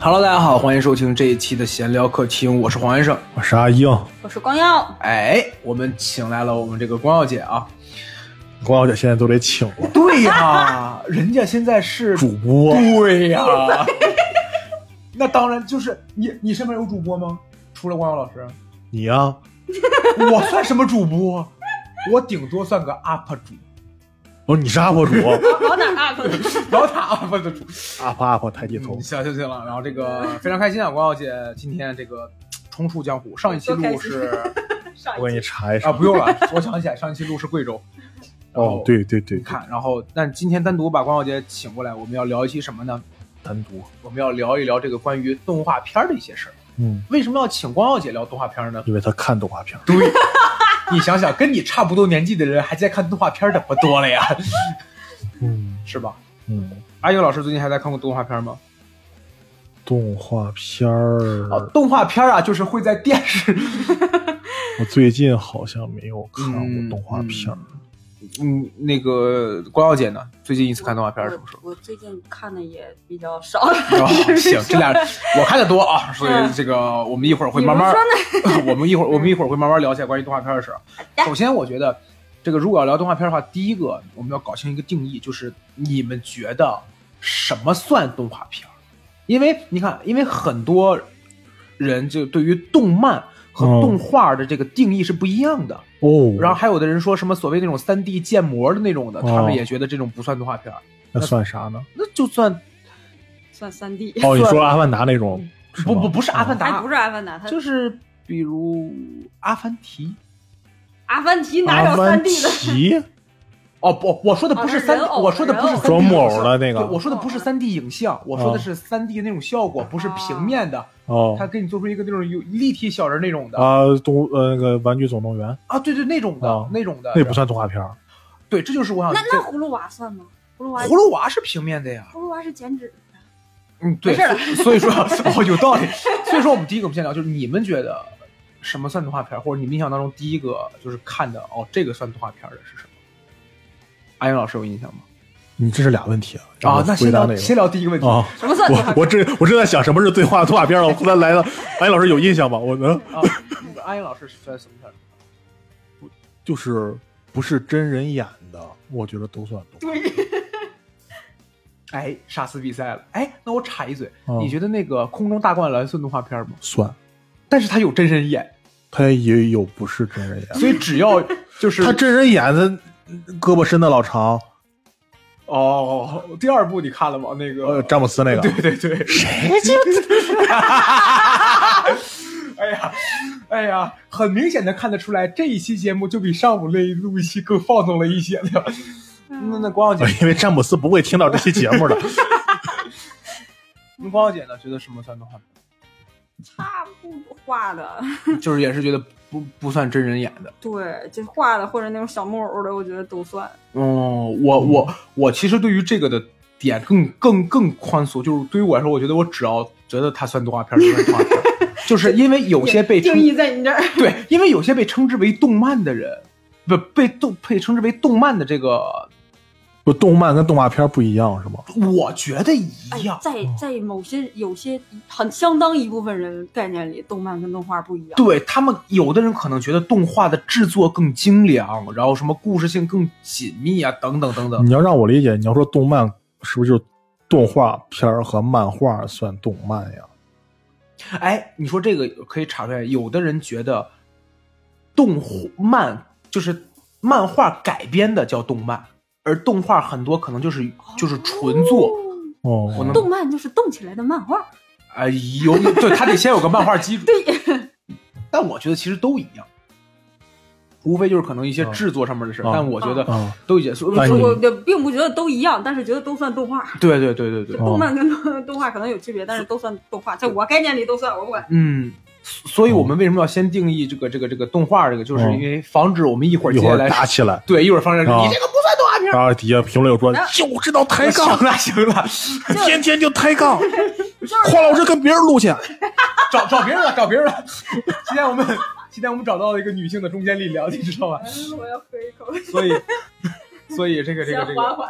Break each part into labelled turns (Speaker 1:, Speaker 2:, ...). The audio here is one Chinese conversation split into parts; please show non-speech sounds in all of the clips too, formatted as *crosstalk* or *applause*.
Speaker 1: Hello，大家好，欢迎收听这一期的闲聊客厅，我是黄先生。
Speaker 2: 我是阿英，
Speaker 3: 我是光耀，
Speaker 1: 哎，我们请来了我们这个光耀姐啊。
Speaker 2: 光小姐现在都得请了，
Speaker 1: 对呀、 *laughs* 人家现在是
Speaker 2: 主播
Speaker 1: 对 *laughs* 呀、那当然就是你，你身边有主播吗？除了光耀老师，
Speaker 2: 你呀、
Speaker 1: 我算什么主播？我顶多算个 UP 主，
Speaker 2: 哦，你是 UP 主
Speaker 3: 往哪儿 up 呢？
Speaker 1: 老打 UP *laughs* 的主。
Speaker 2: ，UP UP 抬起头
Speaker 1: 嗯，行行行了，然后这个非常开心啊，光耀姐今天这个重出江湖。上一期录是
Speaker 3: 上
Speaker 2: 我给你查一
Speaker 1: *laughs* 啊，
Speaker 2: 查。
Speaker 1: 不用了，我想起来上一期录是贵州。然后
Speaker 2: 哦，对对对
Speaker 1: 你，看，然后但今天单独把光耀姐请过来，我们要聊一期什么呢？
Speaker 2: 单独，
Speaker 1: 我们要聊一聊这个关于动画片儿的一些事儿。
Speaker 2: 嗯，
Speaker 1: 为什么要请光耀姐聊动画片儿呢？
Speaker 2: 因为他看动画片儿，
Speaker 1: 对， *laughs* 你想想，跟你差不多年纪的人还在看动画片儿的不多了呀，
Speaker 2: 嗯
Speaker 1: 是吧？
Speaker 2: 嗯，
Speaker 1: 阿英老师最近还在看过动画片儿吗？
Speaker 2: 动画片儿，
Speaker 1: 啊，动画片儿啊，就是会在电视。
Speaker 2: 我最近好像没有看
Speaker 1: 嗯
Speaker 2: 过动画片儿，
Speaker 1: 嗯，那个光耀姐呢？最近一次看动画片儿是什么时候？
Speaker 3: 我我最近看的也比较少。
Speaker 1: 哦 *laughs*
Speaker 3: *laughs*
Speaker 1: 行，这俩我看的多啊，所以这个我们一会儿会慢慢， *laughs* 我们一会儿我们一会儿会慢慢聊一下关于动画片的事儿。首先，我觉得这个如果要聊动画片的话，第一个我们要搞清一个定义，就是你们觉得什么算动画片儿？因为你看，因为很多人就对于动漫和
Speaker 2: 嗯
Speaker 1: 动画的这个定义是不一样的。
Speaker 2: 哦，
Speaker 1: 然后还有的人说什么所谓那种三 D 建模的那种的，他
Speaker 2: 哦
Speaker 1: 们也觉得这种不算动画片儿，
Speaker 2: 那算
Speaker 1: *laughs*
Speaker 2: 啥呢？
Speaker 1: 那就算
Speaker 3: 算三 D，
Speaker 2: 哦，你说阿凡达那种，是
Speaker 1: 不
Speaker 2: 吗
Speaker 1: 不不是阿凡达，
Speaker 3: 还不是阿凡达，他
Speaker 1: 就是比如阿凡提。
Speaker 3: 阿凡提哪
Speaker 2: 阿
Speaker 3: 有
Speaker 2: 凡
Speaker 3: 三 D 的？
Speaker 2: 提
Speaker 1: *laughs* 哦不，我说的不是
Speaker 3: 哦是
Speaker 1: 三，
Speaker 3: 人偶
Speaker 1: 我说的不是
Speaker 3: 人偶哦
Speaker 1: 3D
Speaker 2: 装木偶的那
Speaker 1: 对
Speaker 2: 个，
Speaker 1: 我说的不是三 D 影像，我说的是三 D 那种效果，不是平面的，
Speaker 2: 哦
Speaker 1: 他给你做出一个那种有立体小人那种的
Speaker 2: 啊，动物呃那个玩具总动员
Speaker 1: 啊，对对，那种的
Speaker 2: 啊
Speaker 1: 那种的，
Speaker 2: 那不算动画片儿，
Speaker 1: 啊对，这就是我想
Speaker 3: 那那
Speaker 1: 这
Speaker 3: 葫芦娃算吗？葫芦娃，
Speaker 1: 葫芦娃是平面的呀，
Speaker 3: 葫芦娃是剪纸，
Speaker 1: 嗯，对，
Speaker 3: 没事了
Speaker 1: 所以所以说 *laughs* 哦有道理，所以说我们第一个我们先聊，就是你们觉得什么算动画片，或者你们印象当中第一个就是看的哦，这个算动画片的是什么？阿英老师有印象吗？
Speaker 2: 你这是俩问题啊。
Speaker 1: 啊，那
Speaker 2: 回
Speaker 1: 先
Speaker 2: 答
Speaker 1: 聊
Speaker 2: 哪个？
Speaker 1: 先聊第一个问题，哦
Speaker 2: 啊，
Speaker 3: 什
Speaker 1: *laughs*
Speaker 3: 么算动画
Speaker 2: 我我
Speaker 3: 片？
Speaker 2: 正我正在想什么是最画动画片了。我后来来了，安老师有印象吗？我能
Speaker 1: 啊，阿英老师算什么片儿？
Speaker 2: 就是不是真人演的，我觉得都算动
Speaker 1: 哎，杀死比赛了。哎，那我插一嘴，
Speaker 2: 嗯
Speaker 1: 你觉得那个《空中大灌篮》算动画片吗？
Speaker 2: 算。
Speaker 1: 但是他有真人演，
Speaker 2: 他也有不是真人演，
Speaker 1: 所以只 *laughs* 要就是
Speaker 2: 他真人演的胳膊伸的老长，
Speaker 1: 哦，第二部你看了吗？那个、
Speaker 2: 呃，詹姆斯那个
Speaker 1: 对对对， *laughs*
Speaker 2: 谁
Speaker 1: 哎呀，哎呀，很明显的看得出来，这一期节目就比上午那一录一期更放纵了一些哎了。
Speaker 3: 嗯
Speaker 1: 那那光耀姐，
Speaker 2: 呃因为詹姆斯不会听到这期节目的，
Speaker 1: 那光耀姐呢？觉得什么算动画片？
Speaker 3: 差不多画的，
Speaker 1: *laughs* 就是也是觉得不不算真人演的。
Speaker 3: 对，就画的或者那种小木偶的，我觉得都算。
Speaker 1: 哦，我我我其实对于这个的点更更更宽松，就是对于我来说，我觉得我只要觉得它算动画片儿，就算动画片儿，就是因为有些被
Speaker 3: 定
Speaker 1: 称哎
Speaker 3: 义在你这儿，
Speaker 1: 对，因为有些被称之为动漫的人，不被动被称之为动漫的这个，
Speaker 2: 不，动漫跟动画片不一样是吗？
Speaker 1: 我觉得一样。
Speaker 3: 哎在在某些有些很相当一部分人概念里，动漫跟动画不一样。
Speaker 1: 对他们，有的人可能觉得动画的制作更精良，然后什么故事性更紧密啊，等等等等。
Speaker 2: 你要让我理解，你要说动漫是不是就是动画片儿和漫画算动漫呀？
Speaker 1: 哎，你说这个可以查出来，有的人觉得动画漫就是漫画改编的叫动漫，而动画很多可能就是
Speaker 3: 哦
Speaker 1: 就是纯作。
Speaker 2: 哦，
Speaker 1: 我能
Speaker 3: 动漫就是动起来的漫画，
Speaker 1: 哎有对，他得先有个漫画基础。
Speaker 3: 对，
Speaker 1: 但我觉得其实都一样，无非就是可能一些
Speaker 2: 嗯
Speaker 1: 制作上面的事儿。
Speaker 2: 嗯
Speaker 1: 但我觉得
Speaker 2: 嗯
Speaker 1: 都已经所以
Speaker 2: 那
Speaker 1: 说
Speaker 2: 你
Speaker 3: 我我并不觉得都一样，但是觉得都算动画。
Speaker 1: 对对对对
Speaker 3: 就
Speaker 1: 对，
Speaker 3: 动漫跟动动画可能有区别，但是都算动画，在我概念里都算，我不管。
Speaker 1: 嗯。所所以我们为什么要先定义这个这个这个动画这个，就是
Speaker 2: 嗯
Speaker 1: 因为防止我们一会儿
Speaker 2: 一
Speaker 1: 接
Speaker 2: 会
Speaker 1: 下
Speaker 2: 儿
Speaker 1: 来
Speaker 2: 打起来，
Speaker 1: *laughs* 对一会儿放这个，
Speaker 2: 啊
Speaker 1: 你这个不算动画
Speaker 3: 大片儿
Speaker 2: 然后底下评论又说
Speaker 1: 啊
Speaker 2: 就知道抬杠，
Speaker 1: 行了行了，
Speaker 2: *laughs* 天天就抬杠，
Speaker 3: 就是
Speaker 2: 黄老师跟别人录去，
Speaker 1: 找找别人了，找别人了。今天我们今天我们找到了一个女性的中坚力量，你知道吧？
Speaker 3: 嗯我要喝一口，
Speaker 1: 所以所以这个这个这
Speaker 3: 先缓
Speaker 1: 个，
Speaker 3: 缓，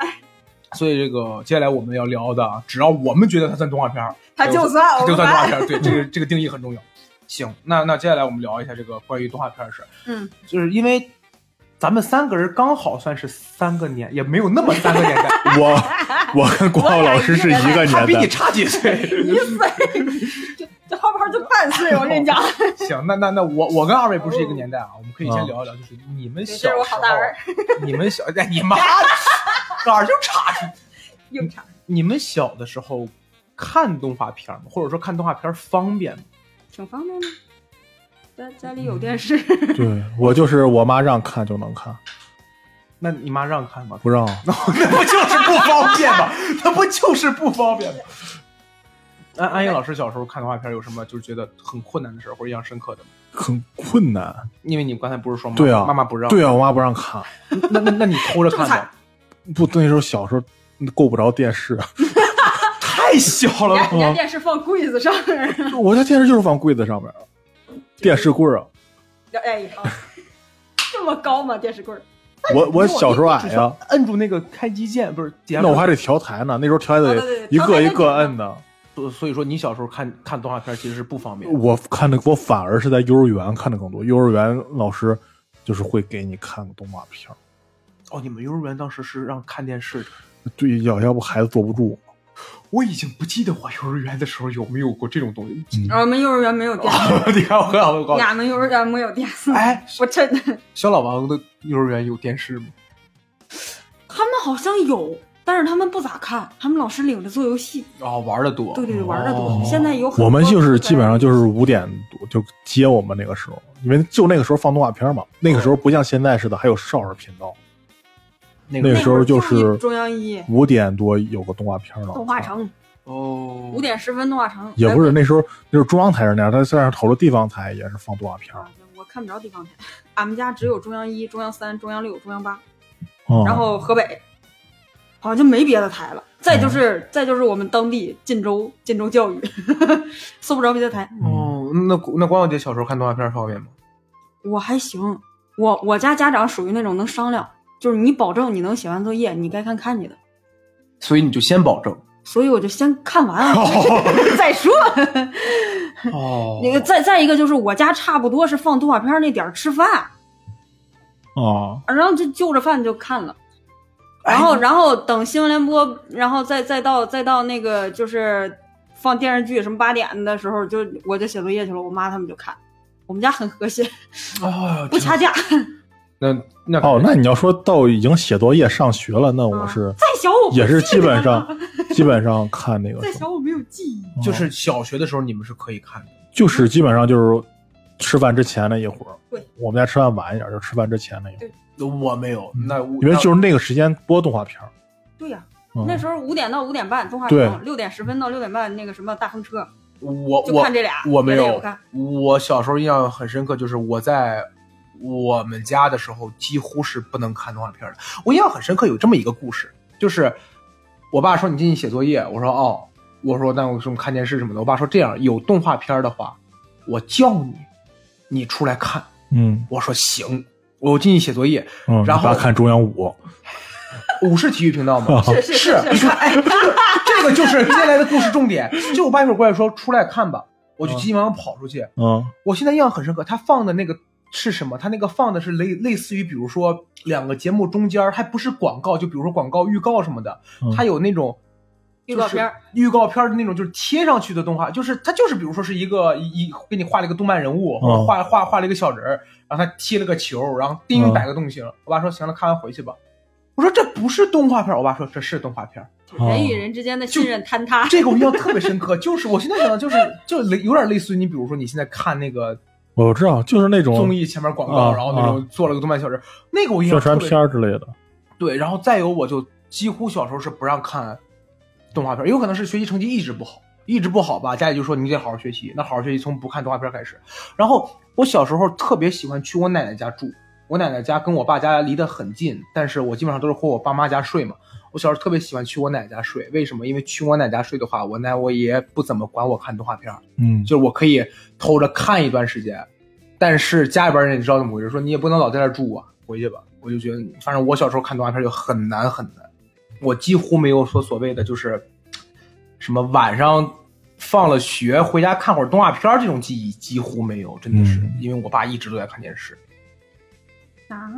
Speaker 1: 所以这个接下来我们要聊的，啊只要我们觉得它算动画片儿，
Speaker 3: 他就算
Speaker 1: 它
Speaker 3: 啊我
Speaker 1: 就
Speaker 3: 们
Speaker 1: 算动画
Speaker 3: 来，
Speaker 1: 片儿。
Speaker 3: *laughs*
Speaker 1: 对，这个这个定义很重要。行，那那接下来我们聊一下这个关于动画片儿的事儿。
Speaker 3: 嗯，
Speaker 1: 就是因为咱们三个人刚好算是三个年，也没有那么三个年代，
Speaker 2: 我我跟光浩老师是一个
Speaker 1: 他
Speaker 2: 年
Speaker 1: 比你
Speaker 2: 代，
Speaker 1: 差几
Speaker 3: *laughs*
Speaker 1: 岁。
Speaker 3: 一岁，就就好不好就半岁，我跟你讲，
Speaker 1: 行，那那那我我跟二位不是一个年代啊，我们可以先
Speaker 2: 嗯
Speaker 1: 聊一聊，就是你们
Speaker 3: 这
Speaker 1: 小
Speaker 3: 哦是我
Speaker 1: 时
Speaker 3: 好
Speaker 1: 候，
Speaker 3: 大儿，
Speaker 1: *laughs* 你们小，哎你妈的，哪儿就差出？
Speaker 3: 硬茬。
Speaker 1: 你们小的时候看动画片吗？或者说看动画片方便吗？
Speaker 3: 挺方便的，家家里有电视，
Speaker 2: 对我就是我妈让看就能看，
Speaker 1: 那你妈让看吗？ *laughs*
Speaker 2: 不让
Speaker 1: 那不就是不方便吗？ *laughs* 那不就是不方
Speaker 3: *laughs*
Speaker 1: 便吗？安安逸老师小时候看动画片有什么就是觉得很困难的事儿或者印象深刻的吗？
Speaker 2: 很困难。
Speaker 1: 因为你们刚才不是说吗？
Speaker 2: 对啊
Speaker 1: 妈妈不让。
Speaker 2: 对啊，我妈不让看，
Speaker 1: 那那那你偷着看
Speaker 3: 这
Speaker 2: *laughs*
Speaker 3: 么惨
Speaker 1: 的，
Speaker 2: 不那时候小时候够不着电视，
Speaker 1: 太小
Speaker 3: *laughs*
Speaker 1: 了
Speaker 3: 人家
Speaker 1: 吧？
Speaker 3: 人
Speaker 2: 嗯
Speaker 3: 家电视放柜子上， *laughs*
Speaker 2: 我家电视就是放柜子上面，电视柜儿啊。
Speaker 3: 哎，好，这么高吗？电视柜儿？
Speaker 2: 我我小时候矮呀，，
Speaker 1: 摁住那个开机键不是点
Speaker 2: 那我还得调台呢，那时候调台
Speaker 3: 啊对对
Speaker 2: 得
Speaker 3: 对
Speaker 2: 一个一个摁的。
Speaker 1: 不所以说你小时候看看动画片其实是不方便。
Speaker 2: 我看的我反而是在幼儿园看的更多，幼儿园老师就是会给你看个动画片儿。
Speaker 1: 哦，你们幼儿园当时是让看电视的。
Speaker 2: 对，要要不孩子坐不住。
Speaker 1: 我已经不记得我幼儿园的时候有没有过这种东西。
Speaker 3: 我们幼儿园没有电视，
Speaker 1: 你看我很好，我告诉
Speaker 3: 俺们幼儿园哦没有电视
Speaker 1: 你，，哦哎，
Speaker 3: 我真的，
Speaker 1: 小老王的幼儿园有电视吗？
Speaker 3: 他们好像有。但是他们不咋看，他们老师领着做游戏，
Speaker 1: 哦，玩的多。
Speaker 3: 对对对，玩的多。
Speaker 1: 哦
Speaker 3: 现在有很多
Speaker 2: 我们就是基本上就是五点多就接我们那个时候，因为就那个时候放动画片嘛，那个时候不像现在似的还有少儿频道，
Speaker 1: 那
Speaker 2: 那
Speaker 1: 个
Speaker 2: 个时候就
Speaker 3: 那会儿
Speaker 2: 是
Speaker 3: 中央一
Speaker 2: 五点多有个动画片了。
Speaker 3: 动画城，
Speaker 1: 哦，
Speaker 3: 五点十分动画城
Speaker 2: 也不是
Speaker 3: 哎
Speaker 2: 那时候就是中央台是那样，但是但是投了地方台也是放动画片儿。
Speaker 3: 啊我看不着地方台，俺们家只有中央一、中央三、中央六、中央八。
Speaker 2: 嗯、
Speaker 3: 然后河北，好像就没别的台了。再就是、
Speaker 2: 哦
Speaker 3: 再就是我们当地晋州晋州教育， *laughs* 搜不着别的台。
Speaker 1: 哦，那那光耀姐小时候看动画片方便吗？
Speaker 3: 我还行，我我家家长属于那种能商量，就是你保证你能写完作业，你该看看你的。
Speaker 1: 所以你就先保证。
Speaker 3: 所以我就先看完
Speaker 2: *laughs*
Speaker 3: 再说。
Speaker 1: 哦
Speaker 3: 那个再再一个就是我家差不多是放动画片那点儿吃饭，
Speaker 2: 啊，
Speaker 3: 然后就就着饭就看了。然
Speaker 1: 哎
Speaker 3: 后，然后等新闻联播，然后再再到再到那个就是放电视剧什么八点的时候，就我就写作业去了，我妈他们就看。我们家很和谐，
Speaker 1: 哦，
Speaker 3: 不掐架。 *laughs*
Speaker 1: 那那
Speaker 2: 哦，那你要说到已经写作业上学了，那我是、
Speaker 3: 嗯再小我不
Speaker 2: 也是基
Speaker 3: 记得
Speaker 2: 本
Speaker 3: 了
Speaker 2: 上基本上看那个
Speaker 3: 再
Speaker 2: 什么，嗯
Speaker 3: 小我没有记忆。
Speaker 1: 就是小学的时候你们是可以看的。
Speaker 2: 就是基本上就是吃饭之前那一会儿。
Speaker 3: 对，
Speaker 2: 我们家吃饭晚一点，就吃饭之前那一会儿，
Speaker 1: 我没有，那我
Speaker 2: 嗯因为就是那个时间播动画片儿。
Speaker 3: 对呀、
Speaker 2: 嗯、
Speaker 3: 那时候五点到五点半动画
Speaker 2: 对
Speaker 3: 城，六点十分到六点半那个什么大风车，
Speaker 1: 我
Speaker 3: 就
Speaker 1: 我
Speaker 3: 看这俩。
Speaker 1: 我没
Speaker 3: 别的也
Speaker 1: 有
Speaker 3: 不看，
Speaker 1: 我小时候印象很深刻，就是我在我们家的时候，几乎是不能看动画片的。我印象很深刻，有这么一个故事，就是我爸说你进去写作业，我说哦，我说那我什么看电视什么的，我爸说这样有动画片的话，我叫你，你出来看。
Speaker 2: 嗯
Speaker 1: 我说行，我进去写作业，
Speaker 2: 嗯，
Speaker 1: 然
Speaker 2: 你爸
Speaker 1: 后
Speaker 2: 看中央
Speaker 3: *laughs*
Speaker 2: 五，
Speaker 1: 五是体育频道
Speaker 2: 哦
Speaker 1: 吗？
Speaker 3: 是是是
Speaker 1: 你看，哎，这个这个就是接下来的故事重
Speaker 3: *laughs*
Speaker 1: 点。就我爸一会儿过来说出来看吧，我就急急忙忙跑出去。
Speaker 2: 嗯
Speaker 1: 我现在印象很深刻，他放的那个是什么？他那个放的是类类似于，比如说两个节目中间儿还不是广告，就比如说广告预告什么的，
Speaker 2: 嗯
Speaker 1: 他有那种。
Speaker 3: 预告片儿，
Speaker 1: 预告片儿的那种，就是贴上去的动画，就是它就是，比如说是一个一一给你画了一个动漫人物，或者
Speaker 2: 嗯
Speaker 1: 画画画了一个小人儿，然后他踢了个球，然后叮
Speaker 2: 嗯
Speaker 1: 摆个动静。我爸说行了，看完回去吧。我说这不是动画片儿，我爸说这是动画片儿。
Speaker 2: 哦
Speaker 3: 人与人之间的信任坍塌。
Speaker 1: 这个我印象特别深刻，就是我现在想的就是就类有点类似于你，比如说你现在看那个
Speaker 2: 嗯我知道，就是那
Speaker 1: 综
Speaker 2: 种
Speaker 1: 艺前面广告，
Speaker 2: 啊
Speaker 1: 然后那种做了个动漫小人，那个我印象
Speaker 2: 宣传
Speaker 1: 特别
Speaker 2: 片儿之类的。
Speaker 1: 对，然后再有我就几乎小时候是不让看动画片，有可能是学习成绩一直不好，一直不好吧，家里就说你得好好学习，那好好学习从不看动画片开始。然后我小时候特别喜欢去我奶奶家住，我奶奶家跟我爸家离得很近，但是我基本上都是回我爸妈家睡嘛。我小时候特别喜欢去我奶奶家睡，为什么？因为去我奶奶家睡的话，我奶我爷不怎么管我看动画片儿，
Speaker 2: 嗯，
Speaker 1: 就是我可以偷着看一段时间。但是家里边人也知道怎么回事，说你也不能老在这儿住啊，回去吧。我就觉得，反正我小时候看动画片就很难很难，我几乎没有说所谓的就是什么晚上放了学回家看会儿动画片儿这种记忆几乎没有，真的是、
Speaker 2: 嗯
Speaker 1: 因为我爸一直都在看电视。
Speaker 3: 啊，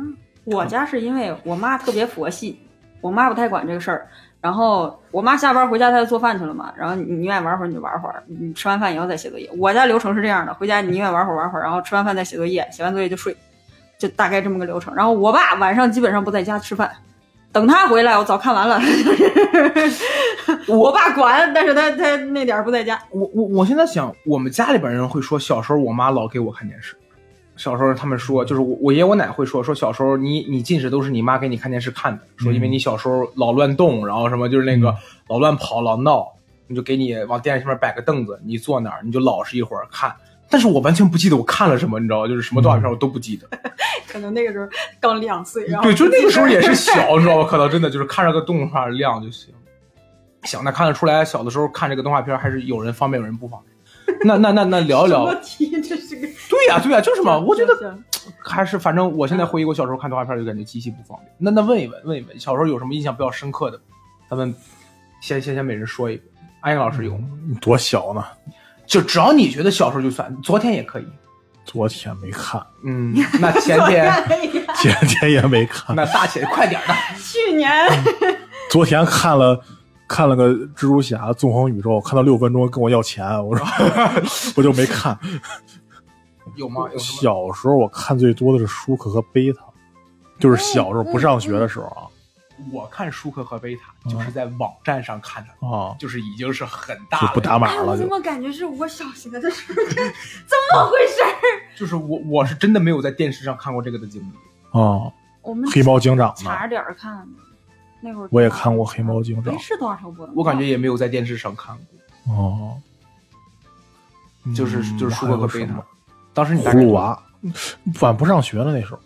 Speaker 3: 我家是因为我妈特别佛系，我妈不太管这个事儿。然后我妈下班回家，她就做饭去了嘛。然后你你愿意玩会儿你就玩会儿，你吃完饭以后再写作业。我家流程是这样的：回家你愿意玩会儿玩会儿，然后吃完饭再写作业，写完作业就睡，就大概这么个流程。然后我爸晚上基本上不在家吃饭，等他回来我早看完了。我爸管，但是他他那点儿不在家。
Speaker 1: 我我我现在想，我们家里边人会说，小时候我妈老给我看电视。小时候他们说，就是我我爷我奶会说，说小时候你你近视都是你妈给你看电视看的，说因为你小时候老乱动，然后什么就是那个老乱跑老闹，你就给你往电视前面摆个凳子，你坐那儿你就老实一会儿看。但是我完全不记得我看了什么，你知道吗？就是什么动画片我都不记得。
Speaker 3: 可能那个时候刚两岁，然后
Speaker 1: 对，就那个时候也是小，你知道吧？可能真的就是看着个动画亮就行。想那看得出来，小的时候看这个动画片还是有人方便，有人不方便。那那那那聊一
Speaker 3: 什
Speaker 1: 聊
Speaker 3: 么，题，这是个
Speaker 1: 对呀、对呀、就是嘛。我觉得
Speaker 3: 得
Speaker 1: 还是反正我现在回忆我小时候看动画片就感觉极其不方便。那那问一问，问一问，小时候有什么印象比较深刻的？咱们先先先每人说一个。安逸老师有吗？
Speaker 2: 你多小呢？
Speaker 1: 就只要你觉得小时候就算，昨天也可以。
Speaker 2: 昨天没看，
Speaker 1: 嗯，那前
Speaker 3: *laughs*
Speaker 1: 天，
Speaker 2: 前天也没
Speaker 1: *laughs*
Speaker 2: 看，
Speaker 1: 那大姐快点儿的。
Speaker 3: 去年
Speaker 2: 昨天看了看了个蜘蛛侠纵横宇宙，看到六分钟跟我要钱，我说 *laughs* 我就没看。
Speaker 1: 有吗？有什么？
Speaker 2: 小时候我看最多的是舒克和贝塔，就是小时候不上学的时候啊
Speaker 1: 我看舒克和贝塔就是在网站上看的，
Speaker 2: 啊，
Speaker 1: 就是已经是很大
Speaker 2: 就
Speaker 1: 了，
Speaker 2: 不打码
Speaker 3: 哎，我
Speaker 2: 了
Speaker 3: 怎
Speaker 2: 就。啊
Speaker 3: 么感觉是我小学的时候？这怎么回事儿？
Speaker 1: 就是我我是真的没有在电视上看过这个的经历。
Speaker 2: 啊，
Speaker 3: *laughs* 我们
Speaker 2: 黑猫警长呢？
Speaker 3: 查着点儿看，那会儿
Speaker 2: 我也看过黑猫警长
Speaker 3: 没是多少条播的，
Speaker 1: 我感觉也没有在电视上看过，
Speaker 2: 哦，
Speaker 1: 就是
Speaker 2: 嗯
Speaker 1: 就是舒克和贝
Speaker 2: 还有什
Speaker 1: 塔
Speaker 2: 么。
Speaker 1: 当时你大
Speaker 2: 葫
Speaker 1: 概
Speaker 2: 芦娃，反正不上学了那时候，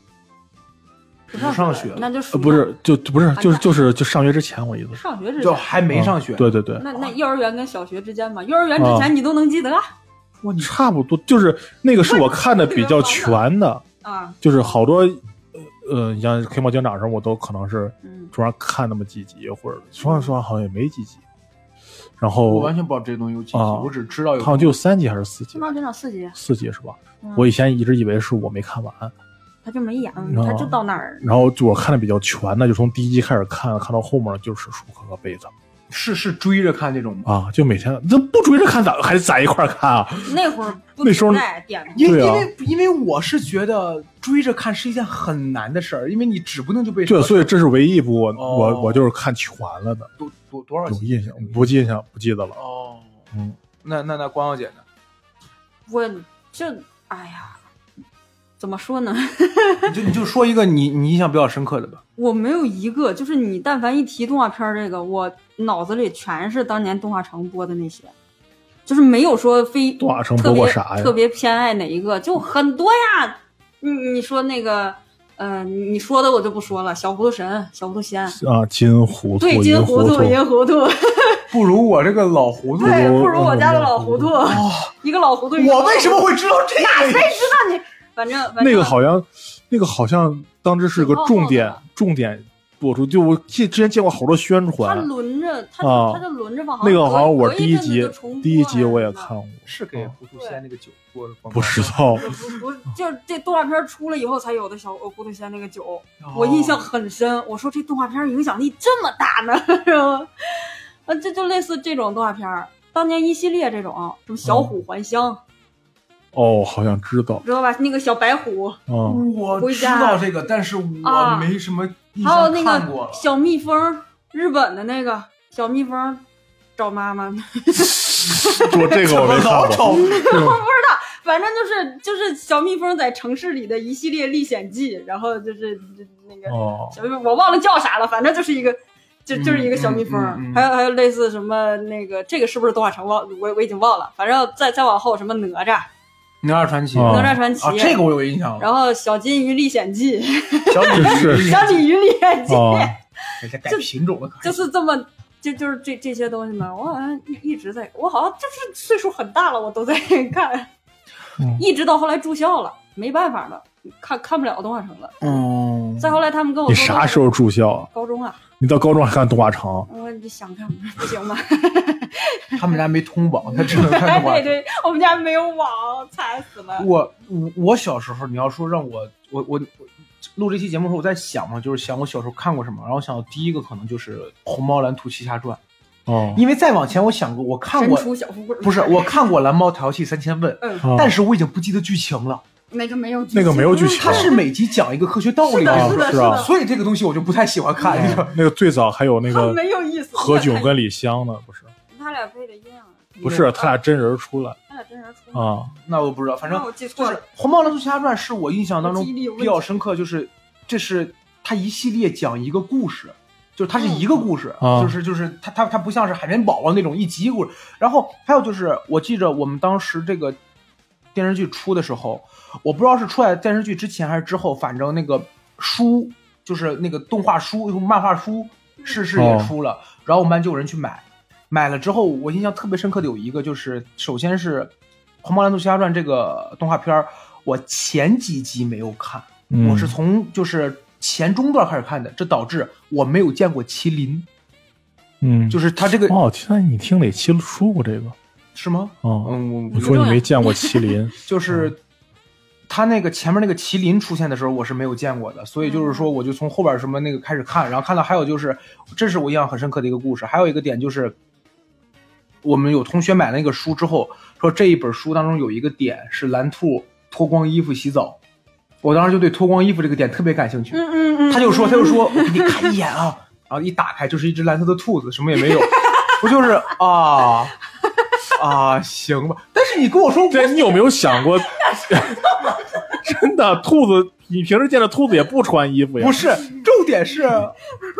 Speaker 3: 不
Speaker 1: 不上学了
Speaker 3: 那就属
Speaker 2: 呃，
Speaker 3: 于
Speaker 2: 不是就就不是
Speaker 3: 啊
Speaker 2: 就是就是就上学之前我意思是，嗯
Speaker 3: 上学之
Speaker 1: 就
Speaker 3: 前。
Speaker 1: 还啊没上学，
Speaker 2: 对对对，
Speaker 3: 那那幼儿园跟小学之间嘛，幼儿园之
Speaker 2: 啊
Speaker 3: 前你都能记得
Speaker 1: 哇，你
Speaker 2: 差不多就是那个是我看的比较全的，
Speaker 3: 啊，
Speaker 2: 就是好多呃呃，你像黑猫警长什么，我都可能是
Speaker 3: 嗯，
Speaker 2: 中间看那么几集，或者说说好像也没几集，
Speaker 1: 我
Speaker 2: 然后
Speaker 1: 完全不知道这些东西有几集，
Speaker 2: 啊
Speaker 1: 我只知道有
Speaker 2: 好像就三集还是四集
Speaker 3: 青，猫警长四集，
Speaker 2: 四集是吧？
Speaker 3: 嗯
Speaker 2: 我以前一直以为是我没看完，
Speaker 3: 他就没演，
Speaker 2: 啊
Speaker 3: 他就到那儿，
Speaker 2: 然后就我看的比较全的，就从第一集开始看，看到后面就是舒克和贝塔。
Speaker 1: 是是追着看这种吗？
Speaker 2: 啊，就每天这不追着看咋还在一块儿
Speaker 1: *laughs*
Speaker 2: 看啊？
Speaker 3: 那会儿不
Speaker 2: 那时候
Speaker 3: 存在点名
Speaker 1: 因为、
Speaker 2: 对
Speaker 1: 因
Speaker 2: 啊
Speaker 1: 为因为我是觉得追着看是一件很难的事儿，因为你指不定就被
Speaker 2: 对，啊所以这是唯一一部我、
Speaker 1: 哦
Speaker 2: 我我就是看全了的，
Speaker 1: 多多多少
Speaker 2: 有
Speaker 1: 集
Speaker 2: 印象不记印象不记得了。
Speaker 1: 哦，
Speaker 2: 嗯，
Speaker 1: 那那那光耀姐呢？
Speaker 3: 我就哎呀，怎么说呢？
Speaker 1: 你就你就说一个你你印象比较深刻的吧。
Speaker 3: 我没有一个，就是你但凡一提动画片儿这个，我脑子里全是当年动画城播的那些，就是没有说非
Speaker 2: 动画城播过啥呀
Speaker 3: 特别特别偏爱哪一个，就很多呀。你你说那个，呃，你你说的我就不说了，小糊涂神、小糊涂仙，
Speaker 2: 啊，金糊涂、
Speaker 3: 对，
Speaker 2: 银
Speaker 3: 金糊
Speaker 2: 涂
Speaker 3: 涂、、银糊涂，
Speaker 1: 不如我这个老糊涂，
Speaker 3: 对，
Speaker 2: 我
Speaker 3: 不如我家的老糊涂，
Speaker 2: 啊
Speaker 1: 哦
Speaker 3: *laughs* 一个老糊涂，一个
Speaker 1: 我
Speaker 3: 老
Speaker 1: 为什么会知道这个？
Speaker 3: 反正反正
Speaker 2: 那个好像那个好像当时是个重点重点播出，就我记之前见过好多宣
Speaker 3: 他
Speaker 2: 传，
Speaker 3: 轮着，他就、
Speaker 2: 啊
Speaker 3: 他就轮着往
Speaker 2: 那个好像我
Speaker 3: 隔
Speaker 2: 第一集
Speaker 3: 隔阵子就重播
Speaker 2: 第一集我也
Speaker 3: 呀什么的
Speaker 2: 看过，
Speaker 1: 是给糊涂仙那个酒做的广告
Speaker 2: 不知道
Speaker 3: *laughs* 不不，就是这动画片出了以后才有的小呃胡涂仙那个酒，
Speaker 1: 哦
Speaker 3: 我印象很深。我说这动画片影响力这么大呢， *laughs* 是吧？啊，这就类似这种动画片儿，当年一系列这种，什么小虎还乡，
Speaker 2: 哦，好像知道，
Speaker 3: 知道吧？那个小白虎，
Speaker 2: 嗯，
Speaker 1: 我知道这个，但是我
Speaker 3: 啊
Speaker 1: 没什么印
Speaker 3: 还有
Speaker 1: 象
Speaker 3: 那
Speaker 1: 看过
Speaker 3: 个
Speaker 1: 了。
Speaker 3: 小蜜蜂，日本的那个小蜜蜂找妈妈，
Speaker 2: 说这个我没看
Speaker 1: 老
Speaker 2: 过，
Speaker 1: 丑，
Speaker 3: *laughs* 反正就是就是小蜜蜂在城市里的一系列历险记，然后就是就那个 *laughs*
Speaker 2: 哦，
Speaker 3: 小蜜蜂，我忘了叫啥了，反正就是一个，就就是一个小蜜蜂儿，
Speaker 1: 嗯嗯嗯嗯
Speaker 3: 还有还有类似什么那个，这个是不是动画城？忘我我已经忘了，反正再再往后什么哪吒， *laughs*
Speaker 1: 哪吒传奇，
Speaker 2: 啊
Speaker 3: 哪吒传奇
Speaker 1: 啊，，这个我有印象了。
Speaker 3: 然后小金鱼历险记，
Speaker 1: 小鲤
Speaker 2: 是
Speaker 1: 鱼，
Speaker 3: *laughs* 小鲤鱼历险记，
Speaker 2: 哦，
Speaker 1: 给它改品种了，可以
Speaker 3: 就是这么。就就是这这些东西嘛，我好像一一直在，我好像就是岁数很大了，我都在 *laughs* 看，
Speaker 2: 嗯
Speaker 3: 一直到后来住校了，没办法了，看看不了动画城了。
Speaker 1: 嗯，
Speaker 3: 再后来他们跟我
Speaker 2: 你
Speaker 3: 说
Speaker 2: 啥时候住校啊？
Speaker 3: 高中啊，
Speaker 2: 你到高中还看动画城？
Speaker 3: 我就想看不行吗？
Speaker 1: 他们家没通网，他只能看
Speaker 3: 哎，
Speaker 1: 动画
Speaker 3: *laughs* 对
Speaker 1: 片。
Speaker 3: 对，我们家没有网，惨死了。
Speaker 1: 我我我小时候，你要说让我我我我录这期节目的时候，我在想嘛，就是想我小时候看过什么，然后想到第一个可能就是《红猫蓝兔七侠传
Speaker 2: 哦》，，
Speaker 1: 因为再往前我想过，我看
Speaker 3: 神
Speaker 1: 过
Speaker 3: 出小富贵儿
Speaker 1: 不是我看过《蓝猫淘气三千问》，
Speaker 3: 嗯，
Speaker 2: 啊
Speaker 1: 但是我已经不记得剧情了。
Speaker 3: 那个没有
Speaker 2: 那个没有剧情
Speaker 1: 它是每集讲一个科学道理
Speaker 2: 啊
Speaker 3: 的
Speaker 1: 嘛
Speaker 3: 是的
Speaker 2: 是嗯啊
Speaker 3: 是的
Speaker 1: 所以这个东西我就不太喜欢看。这个
Speaker 2: 那个最早还有那
Speaker 3: 他
Speaker 2: 个
Speaker 3: 哦没有意思。
Speaker 2: 何炅跟李湘呢，不是？
Speaker 3: 他俩配的音啊，
Speaker 2: 不是，他俩真人出来
Speaker 3: 他俩真人出
Speaker 2: 啊，
Speaker 3: 吗？
Speaker 1: *laughs* 那我不知道，反正
Speaker 3: 我记
Speaker 1: 就
Speaker 3: 错
Speaker 1: 是
Speaker 3: 了
Speaker 1: 《红毛蓝兔七侠传》是我印象当中
Speaker 3: 记忆力有问
Speaker 1: 比
Speaker 3: 题
Speaker 1: 较深刻，就是这是它一系列讲一个故事，就是它是
Speaker 3: 嗯
Speaker 1: 一个故事，
Speaker 2: 啊
Speaker 1: 就是就是它它它不像是海绵宝宝那种一集故事。然后还有就是，我记着我们当时这个电视剧出的时候，我不知道是出来电视剧之前还是之后，反正那个书就是那个动画书、漫画书是是也
Speaker 2: 哦
Speaker 1: 出了，然后我们班就有人去买。买了之后，我印象特别深刻的有一个，就是首先是《红毛蓝兔侠传》这个动画片儿，我前几集没有看，
Speaker 2: 嗯
Speaker 1: 我是从就是前中段开始看的，这导致我没有见过麒麟，
Speaker 2: 嗯，
Speaker 1: 就是他这个、
Speaker 2: 哦，现在你听哪期说过这个？
Speaker 1: 是吗？
Speaker 2: 哦，
Speaker 1: 嗯，我
Speaker 2: 你说你没见过麒麟，
Speaker 1: 就是他那个前面那个麒麟出现的时候，我是没有见过的，所以就是说，我就从后边什么那个开始看，然后看到还有就是，这是我印象很深刻的一个故事，还有一个点就是，我们有同学买那个书之后，说这一本书当中有一个点是蓝兔脱光衣服洗澡，我当时就对脱光衣服这个点特别感兴趣，
Speaker 3: 嗯嗯嗯，
Speaker 1: 他就说，他就说，我给你看一眼啊，然后一打开就是一只蓝色的兔子，什么也没有，我就是啊啊，行吧。但是你跟我说，
Speaker 2: *laughs* 对你有没有想过？ *laughs* 真的，兔子，你平时见着兔子也不穿衣服呀？
Speaker 1: 不是，重点是，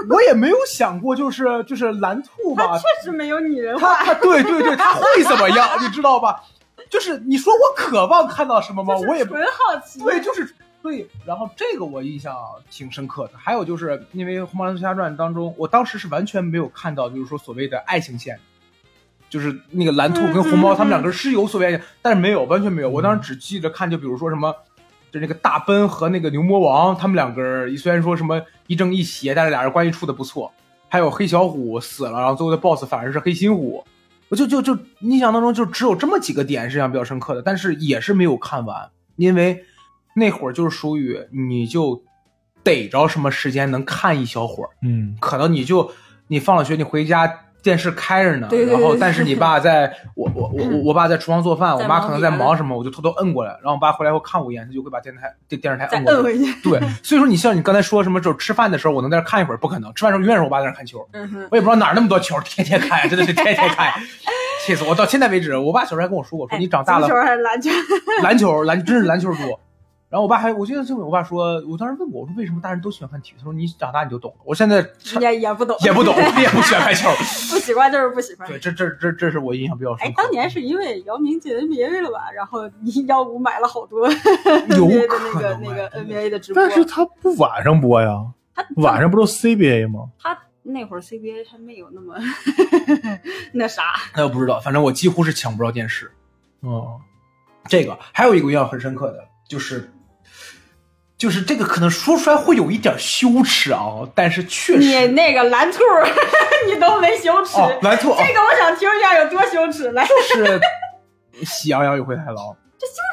Speaker 1: 我也没有想过，就是就是蓝兔吧，
Speaker 3: 确实没有拟
Speaker 1: *laughs*
Speaker 3: 人化，
Speaker 1: 它它对对对，它会怎么样，你知道吧？就是你说我渴望看到什么吗？我也不
Speaker 3: 纯好奇。
Speaker 1: 对，就是对。然后这个我印象挺深刻的。还有就是因为《红毛蓝兔侠传》当中，我当时是完全没有看到，就是说所谓的爱情线，就是那个蓝兔跟红
Speaker 3: 嗯
Speaker 1: 毛
Speaker 3: 嗯嗯嗯
Speaker 1: 他们两个是有所谓爱情，但是没有，完全没有。我当时只记着看，就比如说什么。就那个大奔和那个牛魔王，他们两个人虽然说什么一正一邪，但是俩人关系处的不错。还有黑小虎死了，然后最后的 BOSS 反而是黑心虎。我就就就印象当中就只有这么几个点是印象比较深刻的，但是也是没有看完，因为那会儿就是属于你就逮着什么时间能看一小会儿，
Speaker 2: 嗯，
Speaker 1: 可能你就你放了学你回家。电视开着呢，
Speaker 3: 对对对嗯
Speaker 1: 然后但是你爸在我我我我我爸在厨房做饭，
Speaker 3: 在
Speaker 1: 我妈
Speaker 3: 忙
Speaker 1: 可能在
Speaker 3: 别的
Speaker 1: 忙什么，我就偷偷摁过来，然后我爸回来后看我一眼，他就会把电台电电视台
Speaker 3: 再
Speaker 1: 摁过来
Speaker 3: 摁。回去。
Speaker 1: 对，所以说你像你刚才说什么，就是吃饭的时候我能在那儿看一会儿，不可能，吃饭的时候永远是我爸在那儿看球。
Speaker 3: 嗯哼，
Speaker 1: 我也不知道哪儿那么多球，天天看，真的是天天
Speaker 3: *laughs*
Speaker 1: 看，气死我！到现在为止，我爸小时候还跟我说过， *laughs* 说你长大了
Speaker 3: 哎足球还是篮球？
Speaker 1: 篮球篮真是篮球多。然后我爸还，我记得这我爸说，我当时问过，我说为什么大人都喜欢看体育？他说你长大你就懂了。我现在
Speaker 3: 也
Speaker 1: *laughs*
Speaker 3: 也不懂，
Speaker 1: 也不懂，我也不喜欢看球。
Speaker 3: *laughs* 不喜欢就是不喜
Speaker 1: *laughs*
Speaker 3: 欢
Speaker 1: 对，。这这这这是我印象比较深
Speaker 3: 哎
Speaker 1: 刻。，
Speaker 3: 当年是因为姚明进 NBA 了吧？然后你幺五买了好多
Speaker 1: 有
Speaker 3: NBA 的那
Speaker 1: 可
Speaker 3: 个
Speaker 1: 能
Speaker 3: 那个
Speaker 1: 哎 *laughs*
Speaker 3: NBA 的直播。
Speaker 2: 但是他不晚上播呀，
Speaker 3: 他
Speaker 2: 晚上不都 CBA 吗？
Speaker 3: 他那会儿 CBA 还没有
Speaker 1: *laughs*
Speaker 3: 那么那啥，
Speaker 1: 那呃我不知道，反正我几乎是抢不着电视。
Speaker 2: 哦，
Speaker 1: 这个还有一个印象很深刻的就是。就是这个可能说出来会有一点羞耻啊，但是确
Speaker 3: 你
Speaker 1: 实
Speaker 3: 那个蓝兔儿 *laughs* 你都没羞耻，
Speaker 1: 哦，蓝兔哦
Speaker 3: 这个我想听一下有多羞耻。来，
Speaker 1: 就是 *laughs* 《喜羊羊与灰太狼》，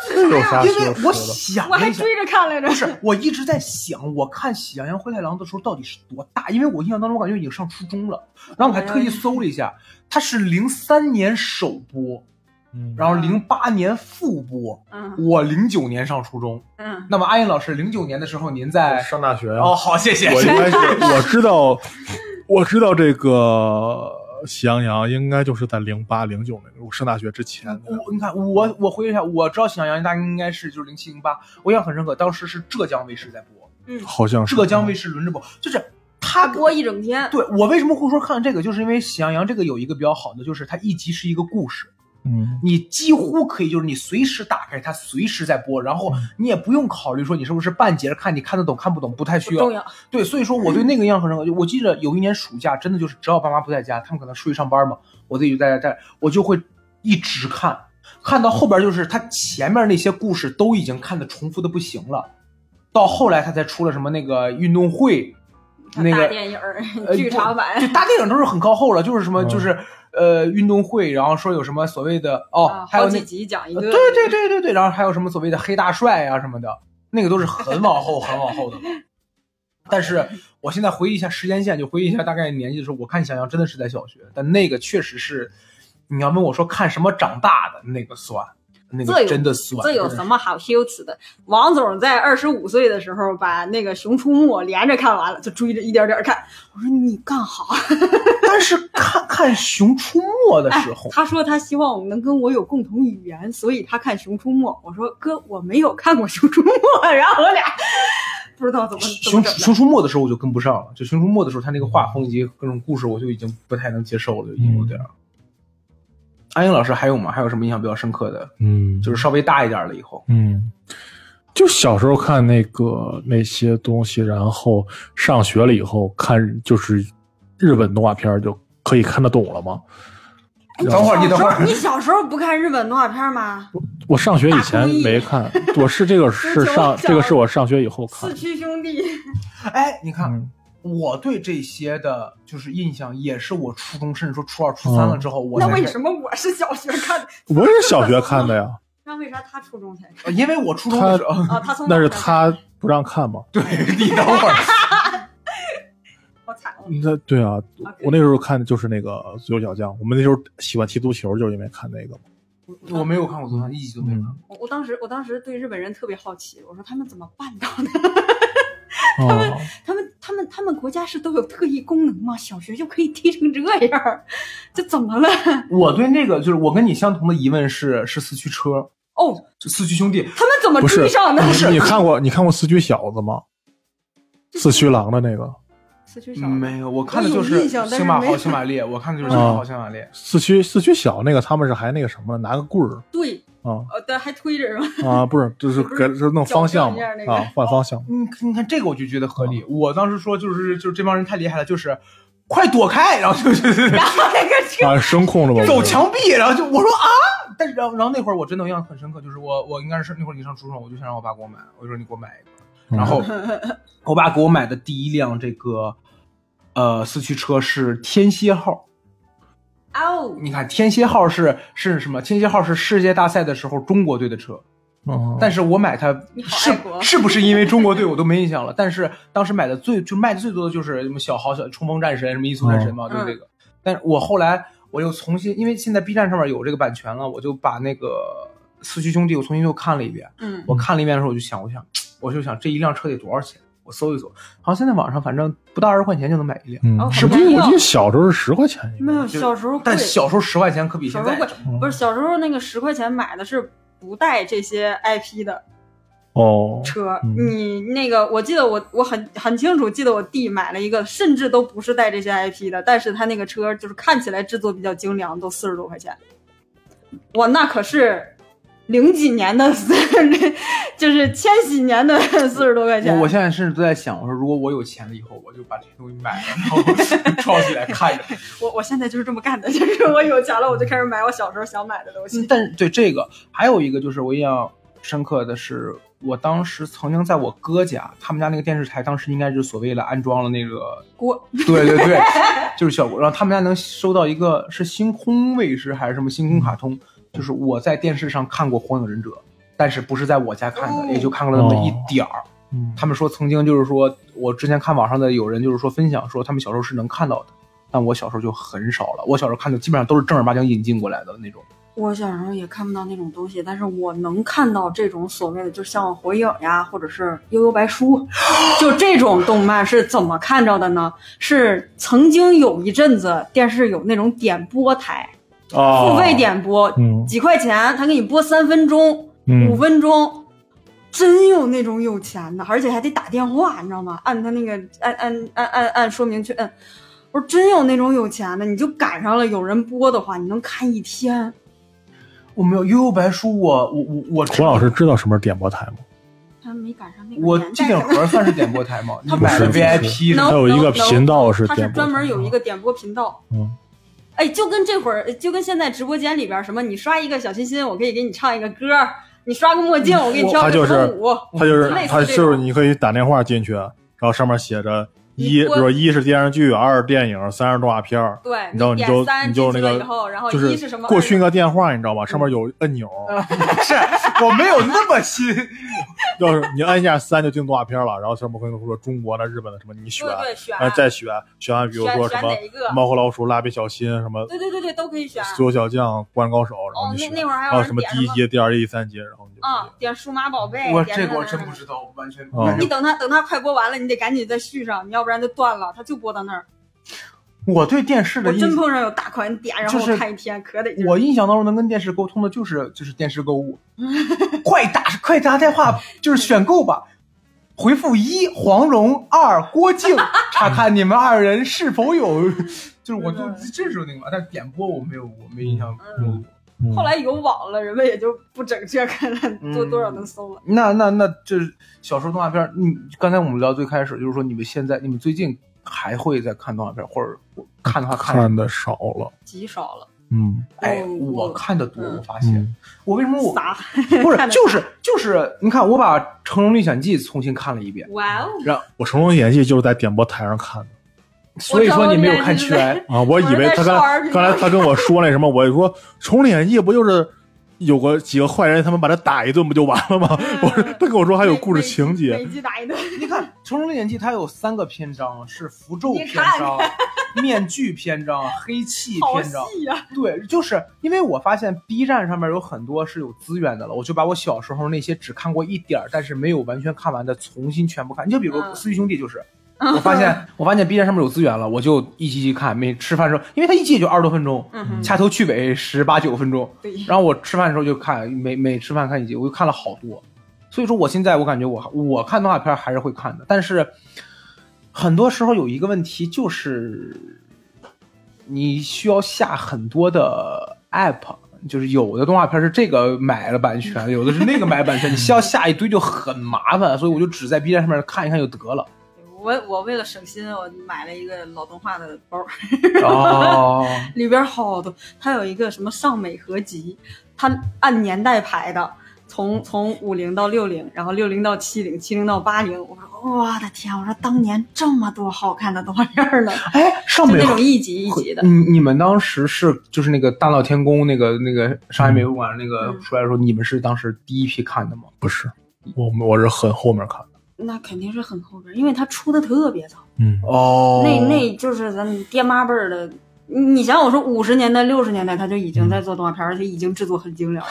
Speaker 2: 这有啥
Speaker 1: 因
Speaker 2: 羞耻
Speaker 1: 为我
Speaker 2: 的？
Speaker 1: 想
Speaker 3: 我
Speaker 1: 了
Speaker 3: 还
Speaker 1: 一下，
Speaker 3: 追着看来着
Speaker 1: 不。是，我一直在想，我看《喜羊羊灰太狼》的时候到底是多大？因为我印象当中，我感觉已经上初中了。然后我还特意搜了一下，它是零三年首播，
Speaker 2: 嗯
Speaker 1: 然后零八年复播。
Speaker 3: 嗯
Speaker 1: 我零九年上初中，
Speaker 3: 嗯，
Speaker 1: 那么阿燕老师零九年的时候您在
Speaker 2: 上大学呀，
Speaker 1: 哦，好，谢谢。
Speaker 2: 我应
Speaker 1: *laughs*
Speaker 2: 该是我知道，我知道这个喜羊羊应该就是在零八零九那个我上大学之前的。
Speaker 1: 我你看，我我回忆一下，我知道《喜羊羊》大概应该是就是零七零八，我印象很深刻，当时是浙江卫视在播，
Speaker 2: 好像是
Speaker 1: 浙江卫视轮着播，就是他
Speaker 3: 播一整天。
Speaker 1: 对我为什么会说看这个，就是因为《喜羊羊》这个有一个比较好的，就是它一集是一个故事，
Speaker 2: 嗯，
Speaker 1: 你几乎可以就是你随时打开它，随时在播，然
Speaker 3: 嗯
Speaker 1: 后你也不用考虑说你是不是半截着看，你看得懂看不懂不太需
Speaker 3: 不重
Speaker 1: 要。
Speaker 3: 要。
Speaker 1: 对，所以说我对那个印象很深刻。就我记得有一年暑假，真的就是只要爸妈不在家，他们可能出去上班嘛，我自己就在家待，我就会一直看，看到后边就是他前面那些故事都已经看的重复的不行了，到后来他才出了什么那个运动会，那
Speaker 3: 大
Speaker 1: 个
Speaker 3: 电影儿、
Speaker 1: 呃
Speaker 3: 剧场
Speaker 1: 就
Speaker 3: 版
Speaker 1: 大电影都是很靠后了，就是什么
Speaker 2: 嗯
Speaker 1: 就是呃运动会，然后说有什么所谓的哦
Speaker 3: 啊，，
Speaker 1: 还有
Speaker 3: 好
Speaker 1: 那
Speaker 3: 几集讲一
Speaker 1: 呃
Speaker 3: 个。
Speaker 1: 对对对对对，然后还有什么所谓的黑大帅啊什么的，那个都是很往后很往后的了。但是我现在回忆一下时间线，就回忆一下大概年纪的时候，我看《想象》真的是在小学，但那个确实是，你要问我说看什么长大的那个算，那
Speaker 3: 这
Speaker 1: 个
Speaker 3: 有
Speaker 1: 真的算，
Speaker 3: 这有
Speaker 1: 真的
Speaker 3: 什么好羞耻的？王总在二十五岁的时候把那个《熊出没》连着看完了，就追着一点点看。我说你干哈？
Speaker 1: 但是看看《熊出没》的时候，
Speaker 3: 他说他希望我们能跟我有共同语言，所以他看《熊出没》。我说哥，我没有看过《熊出没》，然后我俩不知道怎么怎么
Speaker 1: 熊
Speaker 3: 整的。
Speaker 1: 熊出没的时候我就跟不上了，就熊出没的时候，他那个画风以及各种故事，我就已经不太能接受了，就已经有点儿。安英老师还有吗？还有什么印象比较深刻的？
Speaker 2: 嗯，
Speaker 1: 就是稍微大一点了以后，
Speaker 2: 嗯，就小时候看那个那些东西，然后上学了以后看，就是日本动画片儿就可以看得懂了吗？
Speaker 1: 等会儿你等会儿，
Speaker 3: 你哎小时候不看日本动画片吗？
Speaker 2: 我上学以前
Speaker 3: 大同意
Speaker 2: 没看，我是这个是
Speaker 3: 这是我 *laughs*
Speaker 2: 上
Speaker 3: 小
Speaker 2: 这个是我上学以后看
Speaker 3: 四。驱兄弟，
Speaker 1: 哎，你看、
Speaker 2: 嗯
Speaker 1: 我对这些的就是印象，也是我初中甚至说初二、初三了之后，我
Speaker 3: 那
Speaker 1: 才
Speaker 3: 为
Speaker 1: 开
Speaker 3: 什么我是小学看的？
Speaker 2: 我也是小学看
Speaker 3: *laughs*
Speaker 2: 的呀，
Speaker 3: 那为啥他初中才看？
Speaker 1: 呃因为我初中的时候， *laughs*
Speaker 3: 啊，他从
Speaker 2: 那是
Speaker 3: 哪儿看
Speaker 2: 他不让看嘛。
Speaker 1: 对你等会儿，
Speaker 3: 好惨哦。
Speaker 2: 那对啊，
Speaker 3: OK
Speaker 2: 我那时候看的就是那个《足球小将》，我们那时候喜欢踢足球，就是因为看那个嘛。
Speaker 1: *laughs* 我没有看过足球，一集都没有看过。
Speaker 3: 我我当时我当时对日本人特别好奇，我说他们怎么办到的？ *laughs*
Speaker 2: 哦，
Speaker 3: 他们他们他们国家是都有特异功能吗？小学就可以踢成这样儿，这怎么了？
Speaker 1: 我对那个就是我跟你相同的疑问是是四驱车，
Speaker 3: 哦，
Speaker 1: 就四驱兄弟，
Speaker 3: 他们怎么
Speaker 2: 不是
Speaker 3: 追上的？
Speaker 2: 你看过你看过《四驱小子》吗？四驱狼的那个《
Speaker 3: 四驱小子
Speaker 1: 没有，我看的就
Speaker 3: 我有
Speaker 1: 是
Speaker 3: 印象但是
Speaker 1: 星马
Speaker 3: 没
Speaker 1: 豪、
Speaker 3: 有
Speaker 1: 星马烈，我看的就是星马豪、
Speaker 2: 啊
Speaker 1: 星马烈。
Speaker 2: 四驱四驱小》那个他们是还那个什么，拿个棍儿
Speaker 3: 对，
Speaker 2: 啊
Speaker 3: 呃，对，还推着是吧？ *laughs*
Speaker 2: 啊，不是，就是给就是弄方向嘛
Speaker 3: 矫正一下那个
Speaker 2: 啊，换方向。
Speaker 1: 嗯，你看这个我就觉得合理。我当时说就是就是这帮人太厉害了，就是快躲开，然后就就是
Speaker 3: 然后那个车
Speaker 2: 啊，声控了吧？
Speaker 1: 走
Speaker 2: 我觉得
Speaker 1: 墙壁，然后就我说啊，但是然后然后那会儿我真的印象很深刻，就是我我应该是那会儿已经上初中了，我就想让我爸给我买，我就说你给我买一个，
Speaker 2: 嗯
Speaker 1: 然后我爸给我买的第一辆这个呃四驱车是天蝎号，
Speaker 3: 哦，
Speaker 1: 你看天蝎号是是什么？天蝎号是世界大赛的时候中国队的车，
Speaker 2: 嗯
Speaker 1: 但是我买它
Speaker 3: 你好
Speaker 1: 是
Speaker 3: 爱国
Speaker 1: 是不是因为中国队我都没印象了，但是当时买的最就卖的最多的就是什么小豪、小冲锋战神、什么一速战神嘛，就是
Speaker 3: 嗯
Speaker 1: 这个。但是我后来我又重新，因为现在 B 站上面有这个版权了，我就把那个《四驱兄弟》我重新又看了一遍。
Speaker 3: 嗯，
Speaker 1: 我看了一遍的时候，我就想，我想，我就想这一辆车得多少钱？我搜一搜，好像现在网上反正不到二十块钱就能买一辆。
Speaker 3: 哦
Speaker 2: 嗯，是不
Speaker 3: 好
Speaker 2: 是？
Speaker 3: 像
Speaker 2: 我记得小时候是十块钱一个。
Speaker 3: 没有
Speaker 1: 就是
Speaker 3: 小时候贵，
Speaker 1: 但小时候十块钱可比
Speaker 3: 小
Speaker 1: 现
Speaker 3: 时候
Speaker 1: 在
Speaker 3: 贵，不是小时候那个十块钱买的是不带这些 IP 的
Speaker 2: 哦，
Speaker 3: 车，
Speaker 2: 嗯
Speaker 3: 你那个我记得我我很很清楚，记得我弟买了一个，甚至都不是带这些 IP 的，但是他那个车就是看起来制作比较精良，都四十多块钱。我那可是零几年的四， *laughs* 就是千禧年的四十多块钱。
Speaker 1: 我我现在甚至都在想，我说如果我有钱了以后，我就把这些东西买了，然后 *laughs* 装起来看着。
Speaker 3: 我我现在就是这么干的， *laughs* 就是我有钱了我就开始买我小时候想买的东
Speaker 1: 嗯
Speaker 3: 西。
Speaker 1: 但是对这个还有一个就是我印象深刻的是，我当时曾经在我哥家，他们家那个电视台当时应该是所谓的安装了那个，
Speaker 3: 锅
Speaker 1: 对对对，就是效果，然后他们家能收到一个是星空卫视还是什么星空卡通，就是我在电视上看过《火影忍者》。但是不是在我家看
Speaker 3: 哦
Speaker 1: 的，也就看过了那么一点儿。
Speaker 2: 嗯
Speaker 1: 他们说曾经就是说，我之前看网上的有人就是说分享说，他们小时候是能看到的，但我小时候就很少了。我小时候看的基本上都是正儿八经引进过来的那种。
Speaker 3: 我小时候也看不到那种东西，但是我能看到这种所谓的，就像火影呀，或者是悠悠白书，就这种动漫是怎么看着的呢？是曾经有一阵子电视有那种点播台，
Speaker 2: 哦，
Speaker 3: 付费点播，
Speaker 2: 嗯
Speaker 3: 几块钱，他给你播三分钟、
Speaker 2: 嗯
Speaker 3: 五分钟，真有那种有钱的，而且还得打电话，你知道吗？按他那个按按按按按说明去摁。嗯我说真有那种有钱的，你就赶上了有人播的话，你能看一天。
Speaker 1: 我没有悠悠白书我，我我我知
Speaker 2: 胡老师知道什么是点播台吗？
Speaker 3: 他没赶上那个
Speaker 1: 我
Speaker 3: 年
Speaker 1: 机
Speaker 3: 代
Speaker 1: 顶
Speaker 3: 是吧。
Speaker 1: 盒算是点播台吗？你
Speaker 3: 他
Speaker 1: 买了
Speaker 2: 不是
Speaker 1: VIP
Speaker 2: 不
Speaker 1: 是
Speaker 2: 它
Speaker 1: 吗
Speaker 3: 能
Speaker 2: 有一个
Speaker 3: 能能
Speaker 2: 频道是
Speaker 3: 它是
Speaker 2: 点播
Speaker 3: 专门
Speaker 2: 台
Speaker 3: 有一个点播频道。
Speaker 2: 嗯，
Speaker 3: 哎，就跟这会儿，就跟现在直播间里边儿什么，你刷一个小心心，我可以给你唱一个歌儿；你刷个墨镜，我给你跳
Speaker 2: 它
Speaker 3: 个
Speaker 2: 就是
Speaker 3: 什么舞。
Speaker 2: 他就是
Speaker 3: 类似
Speaker 2: 他
Speaker 3: 这
Speaker 2: 就是
Speaker 3: 种
Speaker 2: 你可以打电话进去，然后上面写着一，
Speaker 3: 你
Speaker 2: 比
Speaker 3: 拨
Speaker 2: 如说一是电视剧，二是电影，三是动画片儿，
Speaker 3: 对，
Speaker 2: 你知道你就
Speaker 3: 点三
Speaker 2: 你就
Speaker 3: 进去
Speaker 2: 那
Speaker 3: 了
Speaker 2: 个
Speaker 3: 以后，然后
Speaker 2: 就
Speaker 3: 一是嗯什么，
Speaker 2: 过去
Speaker 3: 二
Speaker 2: 那个电话，你知道吧？上面有按钮，
Speaker 1: 是我没有那么新，
Speaker 2: 要是你按一下三就进动画片了，然后上面会说中国的、日本的什么你选
Speaker 3: 对，对选，
Speaker 2: 然后再选，选啊完比如
Speaker 3: 选
Speaker 2: 说
Speaker 3: 选
Speaker 2: 什么
Speaker 3: 哪一个
Speaker 2: 猫和老鼠、蜡笔小新什么。
Speaker 3: 对对对对都可以选。
Speaker 2: 所有小将、灌篮高手，然后
Speaker 3: 哦
Speaker 2: 你，
Speaker 3: 那
Speaker 2: 选，
Speaker 3: 那会儿还
Speaker 2: 还有
Speaker 3: 有
Speaker 2: 什
Speaker 3: 人
Speaker 2: 么
Speaker 3: 点
Speaker 2: 第一
Speaker 3: 么
Speaker 2: 节、第二节、第三节，然后你就
Speaker 3: 啊，点数码宝贝，
Speaker 1: 我
Speaker 3: 点
Speaker 1: 这
Speaker 3: 那
Speaker 1: 个我
Speaker 3: 那
Speaker 1: 真
Speaker 3: 那
Speaker 1: 不
Speaker 3: 那
Speaker 1: 知道，我完全
Speaker 2: 哦
Speaker 1: 完
Speaker 3: 你
Speaker 1: 全。
Speaker 3: 等它等它快播完了，你得赶紧再续上，要不然就断了。它就播到那儿。
Speaker 1: 我对电视
Speaker 3: 我
Speaker 1: 的印
Speaker 3: 真
Speaker 1: 象，
Speaker 3: 碰上有大款点，然
Speaker 1: 就
Speaker 3: 后我
Speaker 1: 是
Speaker 3: 看一天，可得劲儿。
Speaker 1: 我印象当中能跟电视沟通的就是就是电视购
Speaker 3: *laughs*
Speaker 1: 物，快打快打电话就是选购吧。回复一黄蓉，二郭
Speaker 3: *laughs*
Speaker 1: 靖，查看你们二人是否有，就是我
Speaker 3: 嗯
Speaker 1: 就这时候那个嘛，但是点播我没有，我没印象。
Speaker 2: 嗯嗯
Speaker 3: 后来有网了，人们也就不准确看了，多
Speaker 1: 嗯
Speaker 3: 多少能搜了。
Speaker 1: 那那那这小时候动画片儿，你刚才我们聊最开始就是说你们现在你们最近还会在看动画片儿，或者看的话看什么
Speaker 2: 看的少了，
Speaker 3: 极少了，
Speaker 2: 嗯
Speaker 1: 哎，
Speaker 3: 哦
Speaker 1: 我
Speaker 3: 我
Speaker 1: 看的多，
Speaker 3: 嗯
Speaker 1: 我发现
Speaker 2: 嗯
Speaker 1: 我为什么我
Speaker 3: 啥？
Speaker 1: 不是
Speaker 3: 看得
Speaker 1: 就是就是，你看我把《成龙历险记》重新看了一遍，
Speaker 3: 哇哦！
Speaker 1: 然
Speaker 2: 我《成龙演技》就是在点播台上看的
Speaker 1: 所以说你没有看
Speaker 3: 成龙历险
Speaker 1: 全，
Speaker 2: 啊，我以为他
Speaker 3: 我是在少儿
Speaker 2: 刚
Speaker 3: 频道
Speaker 2: 刚才他跟我说那什么，我说《成龙演技》不就是有个几个坏人，他们把他打一顿不就完了吗？
Speaker 3: 嗯
Speaker 2: *laughs* 我是他跟我说还有故事情节，
Speaker 3: 每集打一顿。
Speaker 1: 你看《成龙历险记》它有三个篇章，是符咒
Speaker 3: 你
Speaker 1: 篇
Speaker 3: 看 *laughs*
Speaker 1: 章、面具篇章、黑气
Speaker 3: 好
Speaker 1: 篇章。
Speaker 3: 细呀、
Speaker 1: 对，就是因为我发现 B 站上面有很多是有资源的了，我就把我小时候那些只看过一点儿，但是没有完全看完的重新全部看。你就比如《
Speaker 3: 嗯
Speaker 1: 四驱兄弟》，
Speaker 3: *laughs*
Speaker 1: 就是、我发现我发现 B 站上面有资源了，我就一集集看。每吃饭的时候，因为它一集也就二十多分钟，
Speaker 3: 嗯哼
Speaker 1: 掐头去尾十八九分钟，
Speaker 3: 对，
Speaker 1: 然后我吃饭的时候就看，每每吃饭看一集，我就看了好多。所以说，我现在我感觉我我看动画片还是会看的，但是很多时候有一个问题就是，你需要下很多的 app，就是有的动画片是这个买了版权，有的是那个买版
Speaker 3: *laughs*
Speaker 1: 权，你需要下一堆就很麻烦，所以我就只在 B 站上面看一看就得了。
Speaker 3: 我我为了省心，我买了一个老动画的包，
Speaker 1: 哦，
Speaker 3: 里边好多，它有一个什么尚美合集，它按年代排的，从从五零到六零，然后六零到七零，七零到八零。我说我的天，我说当年这么多好看的动画片儿呢，
Speaker 1: 哎，上
Speaker 3: 就
Speaker 1: 美
Speaker 3: 那种一集一集的
Speaker 1: 你。你们当时是就是那个大闹天宫那个那个上海美术馆那个
Speaker 3: 嗯
Speaker 1: 出来的时候，你们是当时第一批看的吗？
Speaker 2: 不是，我我是很后面看的，
Speaker 3: 那肯定是很后边，因为它出的特别早，
Speaker 2: 嗯，
Speaker 1: 哦
Speaker 3: 那那就是咱们爹妈辈儿的。你你想，我说五十年代、六十年代，他就已经在做动画片儿，而且已经制作很精良了。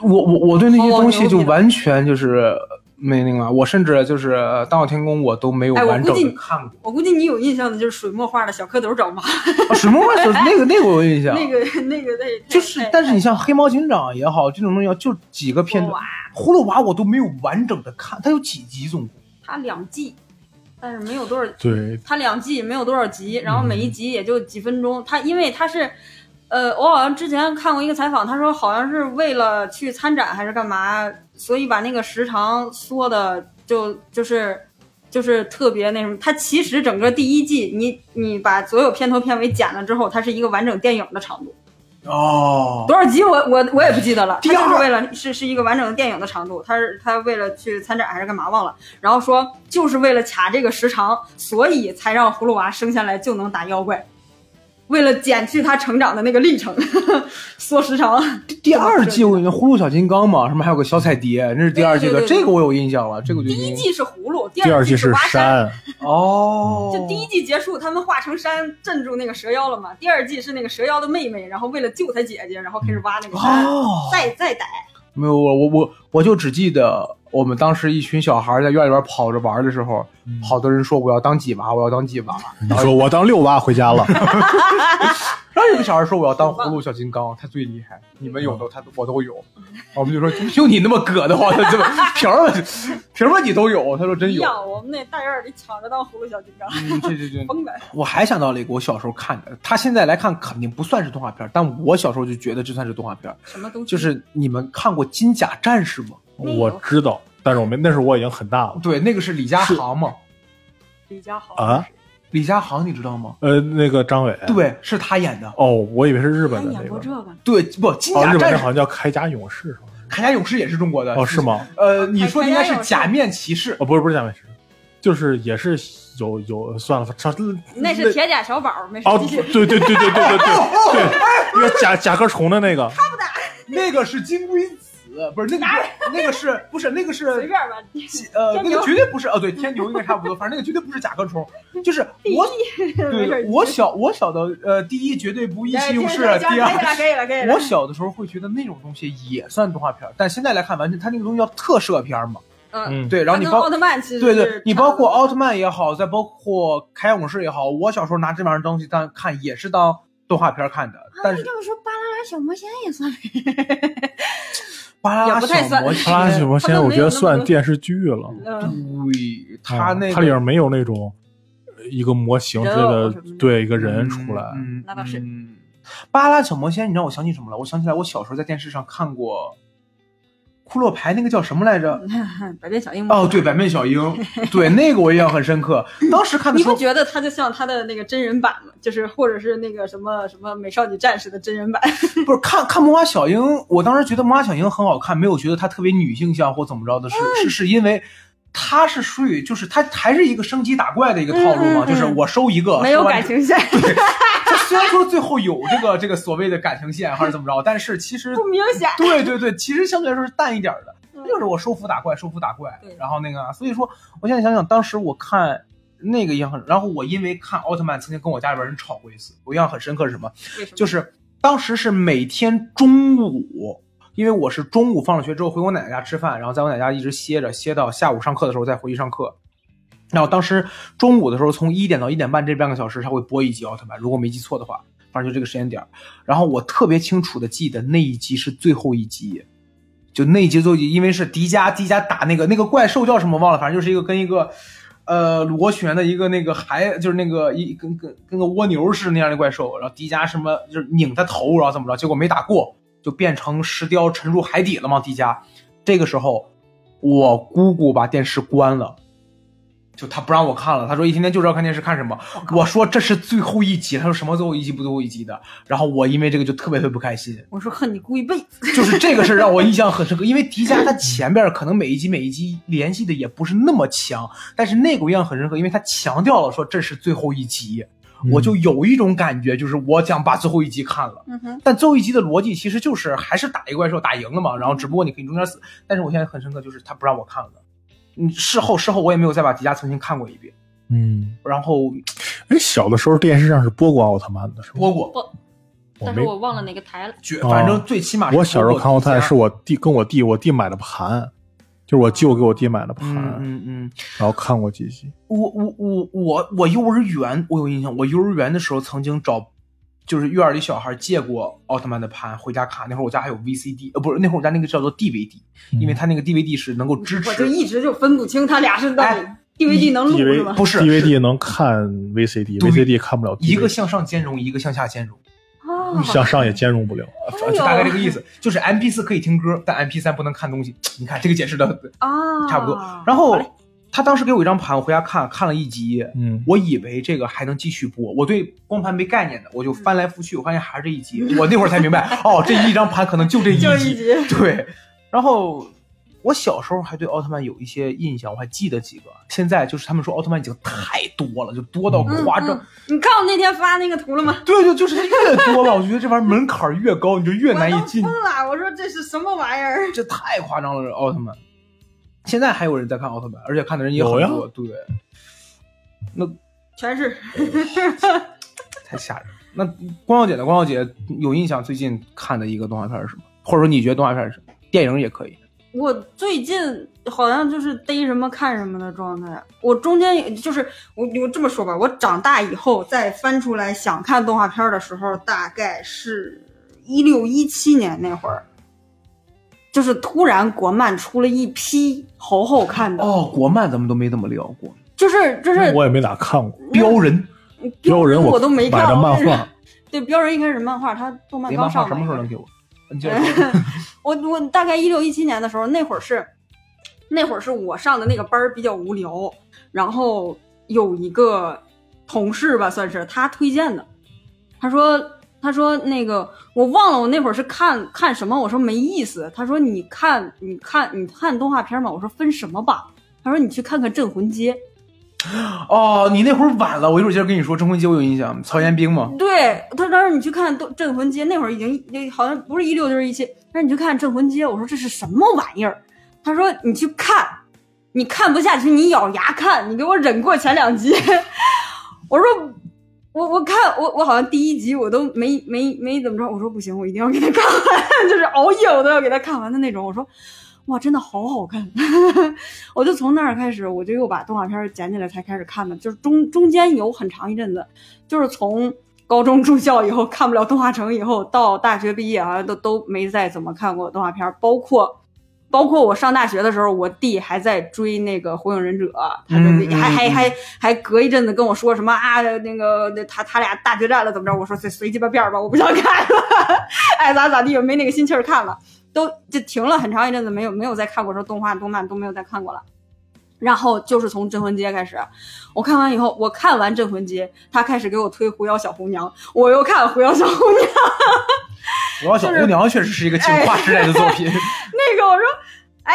Speaker 1: 我我我对那些
Speaker 3: 哦
Speaker 1: 东西
Speaker 3: 牛
Speaker 1: 就
Speaker 3: 逼
Speaker 1: 完全就是没那个嘛，我甚至就是呃大闹天宫我都没有
Speaker 3: 哎我
Speaker 1: 完整
Speaker 3: 估计
Speaker 1: 的
Speaker 3: 你
Speaker 1: 看过。
Speaker 3: 我估计你有印象的就是水墨画的小蝌蚪找妈，
Speaker 1: 啊水墨画
Speaker 3: *laughs*
Speaker 1: 就是那个那个我有印象，
Speaker 3: 那个 *laughs* 哎那个那
Speaker 1: 啊就是但是你像黑猫警长也好，这种东西就几个片
Speaker 3: 片
Speaker 1: 段，葫芦娃我都没有完整的看，它有几集总共？
Speaker 3: 它两季，但是没有多少，
Speaker 2: 对，
Speaker 3: 它两季没有多少集，然后
Speaker 2: 嗯
Speaker 3: 每一集也就几分钟。它因为它是，呃，我好像之前看过一个采访，他说好像是为了去参展还是干嘛，所以把那个时长缩的就就是。就是特别那什么，它其实整个第一季，你你把所有片头片尾剪了之后，它是一个完整电影的长度，
Speaker 1: 哦，
Speaker 3: 多少集我我我也不记得了。
Speaker 1: 第
Speaker 3: 它
Speaker 1: 二
Speaker 3: 就是为了是是一个完整的电影的长度，他是他为了去参展还是干嘛忘了，然后说就是为了卡这个时长，所以才让葫芦娃生下来就能打妖怪，为了减去他成长的那个历程， *laughs* 缩时长。
Speaker 1: 第第二季我感觉葫芦小金刚嘛，上面还有个小彩蝶，那是第二季的，
Speaker 3: 对对对对
Speaker 1: 这个我有印象了，这个我就
Speaker 3: 第一
Speaker 1: 印象
Speaker 3: 季是葫芦，第
Speaker 2: 第二
Speaker 3: 季
Speaker 2: 季是
Speaker 3: 挖山。
Speaker 2: 山，
Speaker 1: 哦，
Speaker 3: 就第一季结束，他们化成山镇住那个蛇妖了嘛。第二季是那个蛇妖的妹妹，然后为了救她姐姐，然后开始挖那个山，
Speaker 1: 哦，
Speaker 3: 再再逮。
Speaker 1: 没有我我我我就只记得我们当时一群小孩在院里边跑着玩的时候，
Speaker 3: 嗯 *laughs*
Speaker 1: 好多人说我要当几娃，我要当几娃，
Speaker 2: 你说我当六娃回家了，
Speaker 1: 然后有个小孩说我要当葫芦小金刚，他最厉害，你们有的他我都
Speaker 3: *laughs*
Speaker 1: 有。我们就说就你那么葛的慌，他怎么凭什么凭什么你都有？他说真
Speaker 3: *laughs*
Speaker 1: 有。
Speaker 3: 呀，我们那大院里抢着当葫芦小金刚，
Speaker 1: 嗯，对对对。
Speaker 3: 疯的。
Speaker 1: 我还想到了一个我小时候看的，他现在来看肯定不算是动画片，但我小时候就觉得这算是动画片。
Speaker 3: 什么东西？
Speaker 1: 就是你们看过《金甲战士》吗？
Speaker 3: *laughs* 没有
Speaker 2: 我知道，但是我没，那时候我已经很大了
Speaker 1: 对，那个是李佳航嘛。
Speaker 3: 李佳豪
Speaker 2: 啊。
Speaker 1: 李佳航你知道吗？
Speaker 2: 呃，那个张伟，，
Speaker 1: 对，是他演的。
Speaker 2: 哦，我以为是日
Speaker 3: 他
Speaker 2: 本的那
Speaker 3: 演
Speaker 2: 个
Speaker 3: 过，这个，
Speaker 1: 对，不，《金
Speaker 2: 哦，
Speaker 1: 甲
Speaker 2: 日本
Speaker 1: 战
Speaker 2: 那
Speaker 1: 士
Speaker 2: 好》像叫铠甲勇士，是吧
Speaker 1: 铠甲勇士也是中国的。
Speaker 2: 哦，是？吗？
Speaker 1: 呃，你说的应该
Speaker 3: 铠甲
Speaker 1: 是
Speaker 3: 勇士
Speaker 1: 假面骑士。
Speaker 2: 哦，不是，不是假面骑士，就是也是有有算了，上
Speaker 3: 那是铁甲小宝，没事
Speaker 2: 哦，
Speaker 3: 继续。
Speaker 2: 对对对对对
Speaker 3: *laughs*
Speaker 2: 对对对，那个甲甲壳虫的那个，
Speaker 1: 那个是金龟子，不是那个那个是不是那个是
Speaker 3: 随便吧，
Speaker 1: 呃那
Speaker 3: 天牛
Speaker 1: 个绝对不是哦，对，天牛应该差不多，反正那个绝对不是甲壳虫，
Speaker 3: *laughs*
Speaker 1: 就是我
Speaker 3: 没
Speaker 1: 对
Speaker 3: *laughs* 事。
Speaker 1: 我小我小的呃第一绝对不一
Speaker 3: 哎
Speaker 1: 西
Speaker 3: 听
Speaker 1: 勇
Speaker 3: 着
Speaker 1: 士，
Speaker 3: 行
Speaker 1: 第
Speaker 3: 可以
Speaker 1: 二。
Speaker 3: 了，可以了，可以了。
Speaker 1: 我小的时候会觉得那种东西也算动画片儿，但现在来看，完全它那个东西叫特摄片儿嘛。
Speaker 3: 嗯，
Speaker 2: 嗯，
Speaker 1: 对，然后你
Speaker 3: 它跟
Speaker 1: 包
Speaker 3: 奥特曼其实
Speaker 1: 对
Speaker 3: 是
Speaker 1: 对，你
Speaker 3: 差不
Speaker 1: 包括
Speaker 3: 多
Speaker 1: 奥特曼也好，再包括铠甲勇士也好，我小时候拿这玩意儿东西当看也是当动画片儿看的，但
Speaker 3: 啊那
Speaker 1: 是
Speaker 3: 这么说，巴啦啦小魔仙也算
Speaker 1: 巴啦啦
Speaker 3: 也不太
Speaker 1: 小
Speaker 3: 算
Speaker 1: 魔
Speaker 2: 《阿拉
Speaker 1: 仙
Speaker 2: 小，魔仙》我觉得算电视剧了，
Speaker 3: 嗯，
Speaker 1: 对，它那
Speaker 2: 它
Speaker 1: 个
Speaker 2: 啊嗯里边没有那种呃一个模型之类
Speaker 3: 人偶
Speaker 2: 的
Speaker 3: 什么的，
Speaker 2: 对一个人出来，
Speaker 1: 嗯
Speaker 3: 那倒是。
Speaker 1: 嗯巴啦小魔仙，你让我想起什么了？我想起来，我小时候在电视上看过骷髅牌，那个叫什么来着？
Speaker 3: 嗯百变小樱魔。
Speaker 1: 哦，对，百变小樱，对，那个我印象很深刻。当时看的
Speaker 3: 你
Speaker 1: 时
Speaker 3: 不
Speaker 1: 候，
Speaker 3: 觉得它就像它的那个真人版吗？就是或者是那个什么什么美少女战士的真人版，
Speaker 1: 不是看看魔法小樱，我当时觉得魔法小樱很好看，没有觉得它特别女性向或怎么着的是，
Speaker 3: 嗯
Speaker 1: 是是因为。它是属于，就是它还是一个升级打怪的一个套路嘛，
Speaker 3: 嗯嗯嗯
Speaker 1: 就是我收一个，
Speaker 3: 没有
Speaker 1: 收完
Speaker 3: 感情线，
Speaker 1: *laughs* 它虽然说最后有这个这个所谓的感情线还是怎么着，但是其实
Speaker 3: 不明显。
Speaker 1: 对对对，其实相对来说是淡一点儿的，
Speaker 3: 嗯
Speaker 1: 就是我收服打怪，收服打怪
Speaker 3: 对，
Speaker 1: 然后那个，啊所以说我现在想想，当时我看那个印象很，然后我因为看奥特曼曾经跟我家里边人吵过一次，我印象很深刻是什么？
Speaker 3: 为什么？
Speaker 1: 就是当时是每天中午，因为我是中午放了学之后回我奶奶家吃饭，然后在我奶奶家一直歇着，歇到下午上课的时候再回去上课。然后当时中午的时候，从一点到一点半这半个小时，他会播一集奥特曼，如果没记错的话，反正就这个时间点儿。然后我特别清楚的记得那一集是最后一集，就那一集最后一集，因为是迪迦，迪迦打那个那个怪兽叫什么忘了，反正就是一个跟一个。呃，鲁国拳的一个那个还就是那个一跟跟跟个蜗牛似的那样的怪兽，然后迪迦什么就是拧他头，然后怎么着，结果没打过，就变成石雕沉入海底了嘛。迪迦，这个时候我姑姑把电视关了，就她不让我看了，她说一天天就知道看电视看什么。我说这是最后一集，她说什么最后一集不最后一集的，然后我因为这个就特别特别不开心，
Speaker 3: 我说恨你姑一辈子，
Speaker 1: 就是这个事儿让我印象很深刻，因为迪迦他前边儿可能每一集每一集联系的也不是那么强，但是那个我印象很深刻，因为他强调了说这是最后一集，
Speaker 2: 嗯
Speaker 1: 我就有一种感觉，就是我想把最后一集看了。
Speaker 3: 嗯哼，
Speaker 1: 但最后一集的逻辑其实就是还是打一个怪兽打赢了嘛，然后只不过你可以中间死。但是我现在很深刻，就是他不让我看了。嗯，事后事后我也没有再把迪迦重新看过一遍，
Speaker 2: 嗯，
Speaker 1: 然后
Speaker 2: 哎，小的时候电视上是播过奥特曼的，是吗？
Speaker 1: 播过，
Speaker 2: 我
Speaker 3: 但是
Speaker 2: 没，
Speaker 3: 我忘了哪个台了。
Speaker 1: 绝
Speaker 2: 哦
Speaker 1: 反正最起码是
Speaker 2: 我小时候看
Speaker 1: 播过
Speaker 2: 奥特
Speaker 1: 迪迦
Speaker 2: 曼是我弟跟我弟，我弟买的盘，就是我舅给我弟买的盘，
Speaker 1: 嗯嗯嗯，
Speaker 2: 然后看过几集。
Speaker 1: 我我我我我幼儿园我有印象，我幼儿园的时候曾经找，就是院儿里小孩借过奥特曼的盘回家看，那会儿我家还有 VCD，呃，不是那会儿我家那个叫做 DVD，因
Speaker 2: 嗯
Speaker 1: 为它那个 DVD 是能够支
Speaker 3: 我就
Speaker 1: 持，
Speaker 3: 一直就分不清他俩是到底
Speaker 1: 哎
Speaker 3: DVD 能录
Speaker 2: 以
Speaker 3: 是
Speaker 2: 为
Speaker 3: 吗？
Speaker 1: 不是
Speaker 2: DVD 能看 VCD，VCD 看不了 DVD，
Speaker 1: 一个向上兼容，一个向下兼容，
Speaker 3: 哦
Speaker 2: 向上也兼容不了。
Speaker 3: 哎
Speaker 1: 呃就大概这个意思。就是 MP 四可以听歌，但 MP 三不能看东西。你看这个解释的
Speaker 3: 啊，
Speaker 1: 差不多。然后他当时给我一张盘，我回家看看了一集，
Speaker 2: 嗯，
Speaker 1: 我以为这个还能继续播，我对光盘没概念的，我就翻来覆去，我发现还是这一集。我那会儿才明白，哦，这一张盘可能就这一集。
Speaker 3: 嗯就一集，
Speaker 1: 对，然后我小时候还对奥特曼有一些印象，我还记得几个。现在就是他们说奥特曼已经太多了，就多到
Speaker 3: 嗯
Speaker 1: 夸张。
Speaker 3: 嗯你看我那天发那个图了吗？
Speaker 1: 对对，就是它越多吧，我觉得这玩意儿门槛儿越高，你就越
Speaker 3: 我
Speaker 1: *laughs* 难以
Speaker 3: 都
Speaker 1: 进
Speaker 3: 疯。了！我说这是什么玩意儿？
Speaker 1: 这太夸张了，这奥特曼。现在还有人在看奥特曼，而且看的人也很
Speaker 2: 有呀
Speaker 1: 多。对，
Speaker 3: 全是
Speaker 1: 太吓人了。那光耀姐呢？光耀姐有印象最近看的一个动画片是什么？或者说你觉得动画片是什么？电影也可以。
Speaker 3: 我最近好像就是逮什么看什么的状态。我中间也就是我我这么说吧，我长大以后再翻出来想看动画片的时候，大概是一六一七年那会儿，就是突然国漫出了一批好好看的，
Speaker 1: 哦，国漫咱们都没怎么聊过，
Speaker 3: 就是就是
Speaker 2: 我也没咋看过。
Speaker 1: 标人
Speaker 2: 标人
Speaker 3: 我都没
Speaker 2: 买
Speaker 3: 看
Speaker 2: 的
Speaker 3: 过
Speaker 2: 漫画，
Speaker 3: *laughs* 对，标人一开始漫画，他动漫
Speaker 1: 你
Speaker 3: 刚
Speaker 1: 漫
Speaker 3: 上
Speaker 1: 画
Speaker 3: 嘛
Speaker 1: 什么时候
Speaker 3: 应该
Speaker 1: 能给我？你接着说
Speaker 3: 我我大概一六一七年的时候，那会儿是，那会儿是我上的那个班儿比较无聊，然后有一个同事吧，算是他推荐的，他说他说那个我忘了我那会儿是看看什么，我说没意思，他说你看你看你看动画片吗？我说分什么吧，他说你去看看《镇魂街》，
Speaker 1: 哦，你那会儿晚了，我一会儿接着跟你说《征婚街》，我有印象，曹彦兵嘛，
Speaker 3: 对他当时你去看《镇魂街》，那会儿已经那好像不是一六就是一七，他说你去看《镇魂街》，我说这是什么玩意儿？他说你去看，你看不下去，你咬牙看，你给我忍过前两集。 *laughs* 我说我我看我我好像第一集我都没没没怎么着，我说不行，我一定要给他看完， *laughs* 就是熬夜我都要给他看完的那种。我说哇，真的好好看， *laughs* 我就从那儿开始，我就又把动画片儿捡起来才开始看的，就是中中间有很长一阵子，就是从高中住校以后看不了动画城以后，到大学毕业好像都都没再怎么看过动画片儿，包括。包括我上大学的时候，我弟还在追那个《火影忍者》，他就
Speaker 1: 嗯嗯
Speaker 3: 还还
Speaker 1: 嗯
Speaker 3: 还还隔一阵子跟我说什么啊，那个那他他俩大决战了怎么着？我说随随鸡巴便儿吧，我不想看了， *laughs* 爱咋咋地，没那个心气儿看了。都就停了很长一阵子，没有没有再看过说动画、动漫都没有再看过了。然后就是从《镇魂街》开始，我看完以后，我看完《镇魂街》，他开始给我推《狐妖小红娘》，我又看《狐妖小红娘》 *laughs*
Speaker 1: 《我要小姑娘》确实是一个进化时代的作品，
Speaker 3: 那个，我说，哎，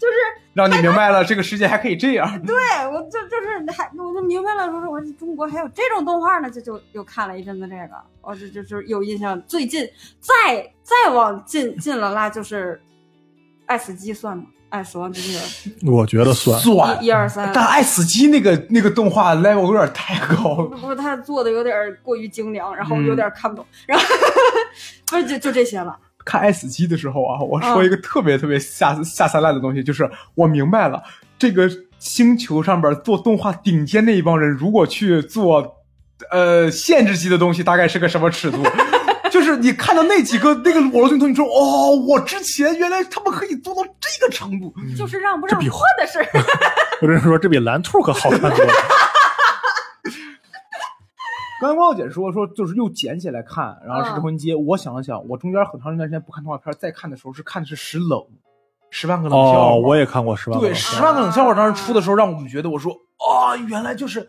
Speaker 3: 就是
Speaker 1: *laughs* 让你明白了这个世界还可以这样。
Speaker 3: 对我就就是还我就明白了，说是我说中国还有这种动画呢，就就又看了一阵子这个，我就就就是有印象。最近再再往近近了拉，就是《爱死机》算吗？爱死亡之地了，
Speaker 2: 我觉
Speaker 1: *laughs*
Speaker 2: 得算。
Speaker 1: 算
Speaker 3: 一一二三
Speaker 1: 但爱死机那个那个动画 level 有点太高了。
Speaker 3: 不是他做的有点儿过于精良，然后
Speaker 1: 嗯
Speaker 3: 有点儿看不懂，然后 *laughs* 不是就就这些了。
Speaker 1: 看爱死机的时候啊，我说一个特别特别下下三滥的东西，就是我明白了，这个星球上边做动画顶尖那一帮人，如果去做呃限制级的东西，大概是个什么尺度？就是你看到那几个那个裸露镜头，你说哦，我之前原来他们可以做到这个程度。
Speaker 3: 就是让不
Speaker 2: 这
Speaker 3: 让
Speaker 2: 比
Speaker 3: 播的事儿。
Speaker 2: 我跟你说，这比蓝兔可好看多了。
Speaker 1: 刚才光小姐说说就是又捡起来看，然后是《
Speaker 3: 嗯
Speaker 1: 镇魂街》我想了想，我中间很长一段时间不看动画片，再看的时候是看的是《十冷》，十万个冷笑话。
Speaker 2: *laughs* 哦，我也看过《十万个
Speaker 1: 对，
Speaker 2: 冷
Speaker 1: 十
Speaker 2: 笑
Speaker 3: 啊
Speaker 2: 话
Speaker 1: 万个冷笑话当时出的时候，让我们觉得我说啊、原来就是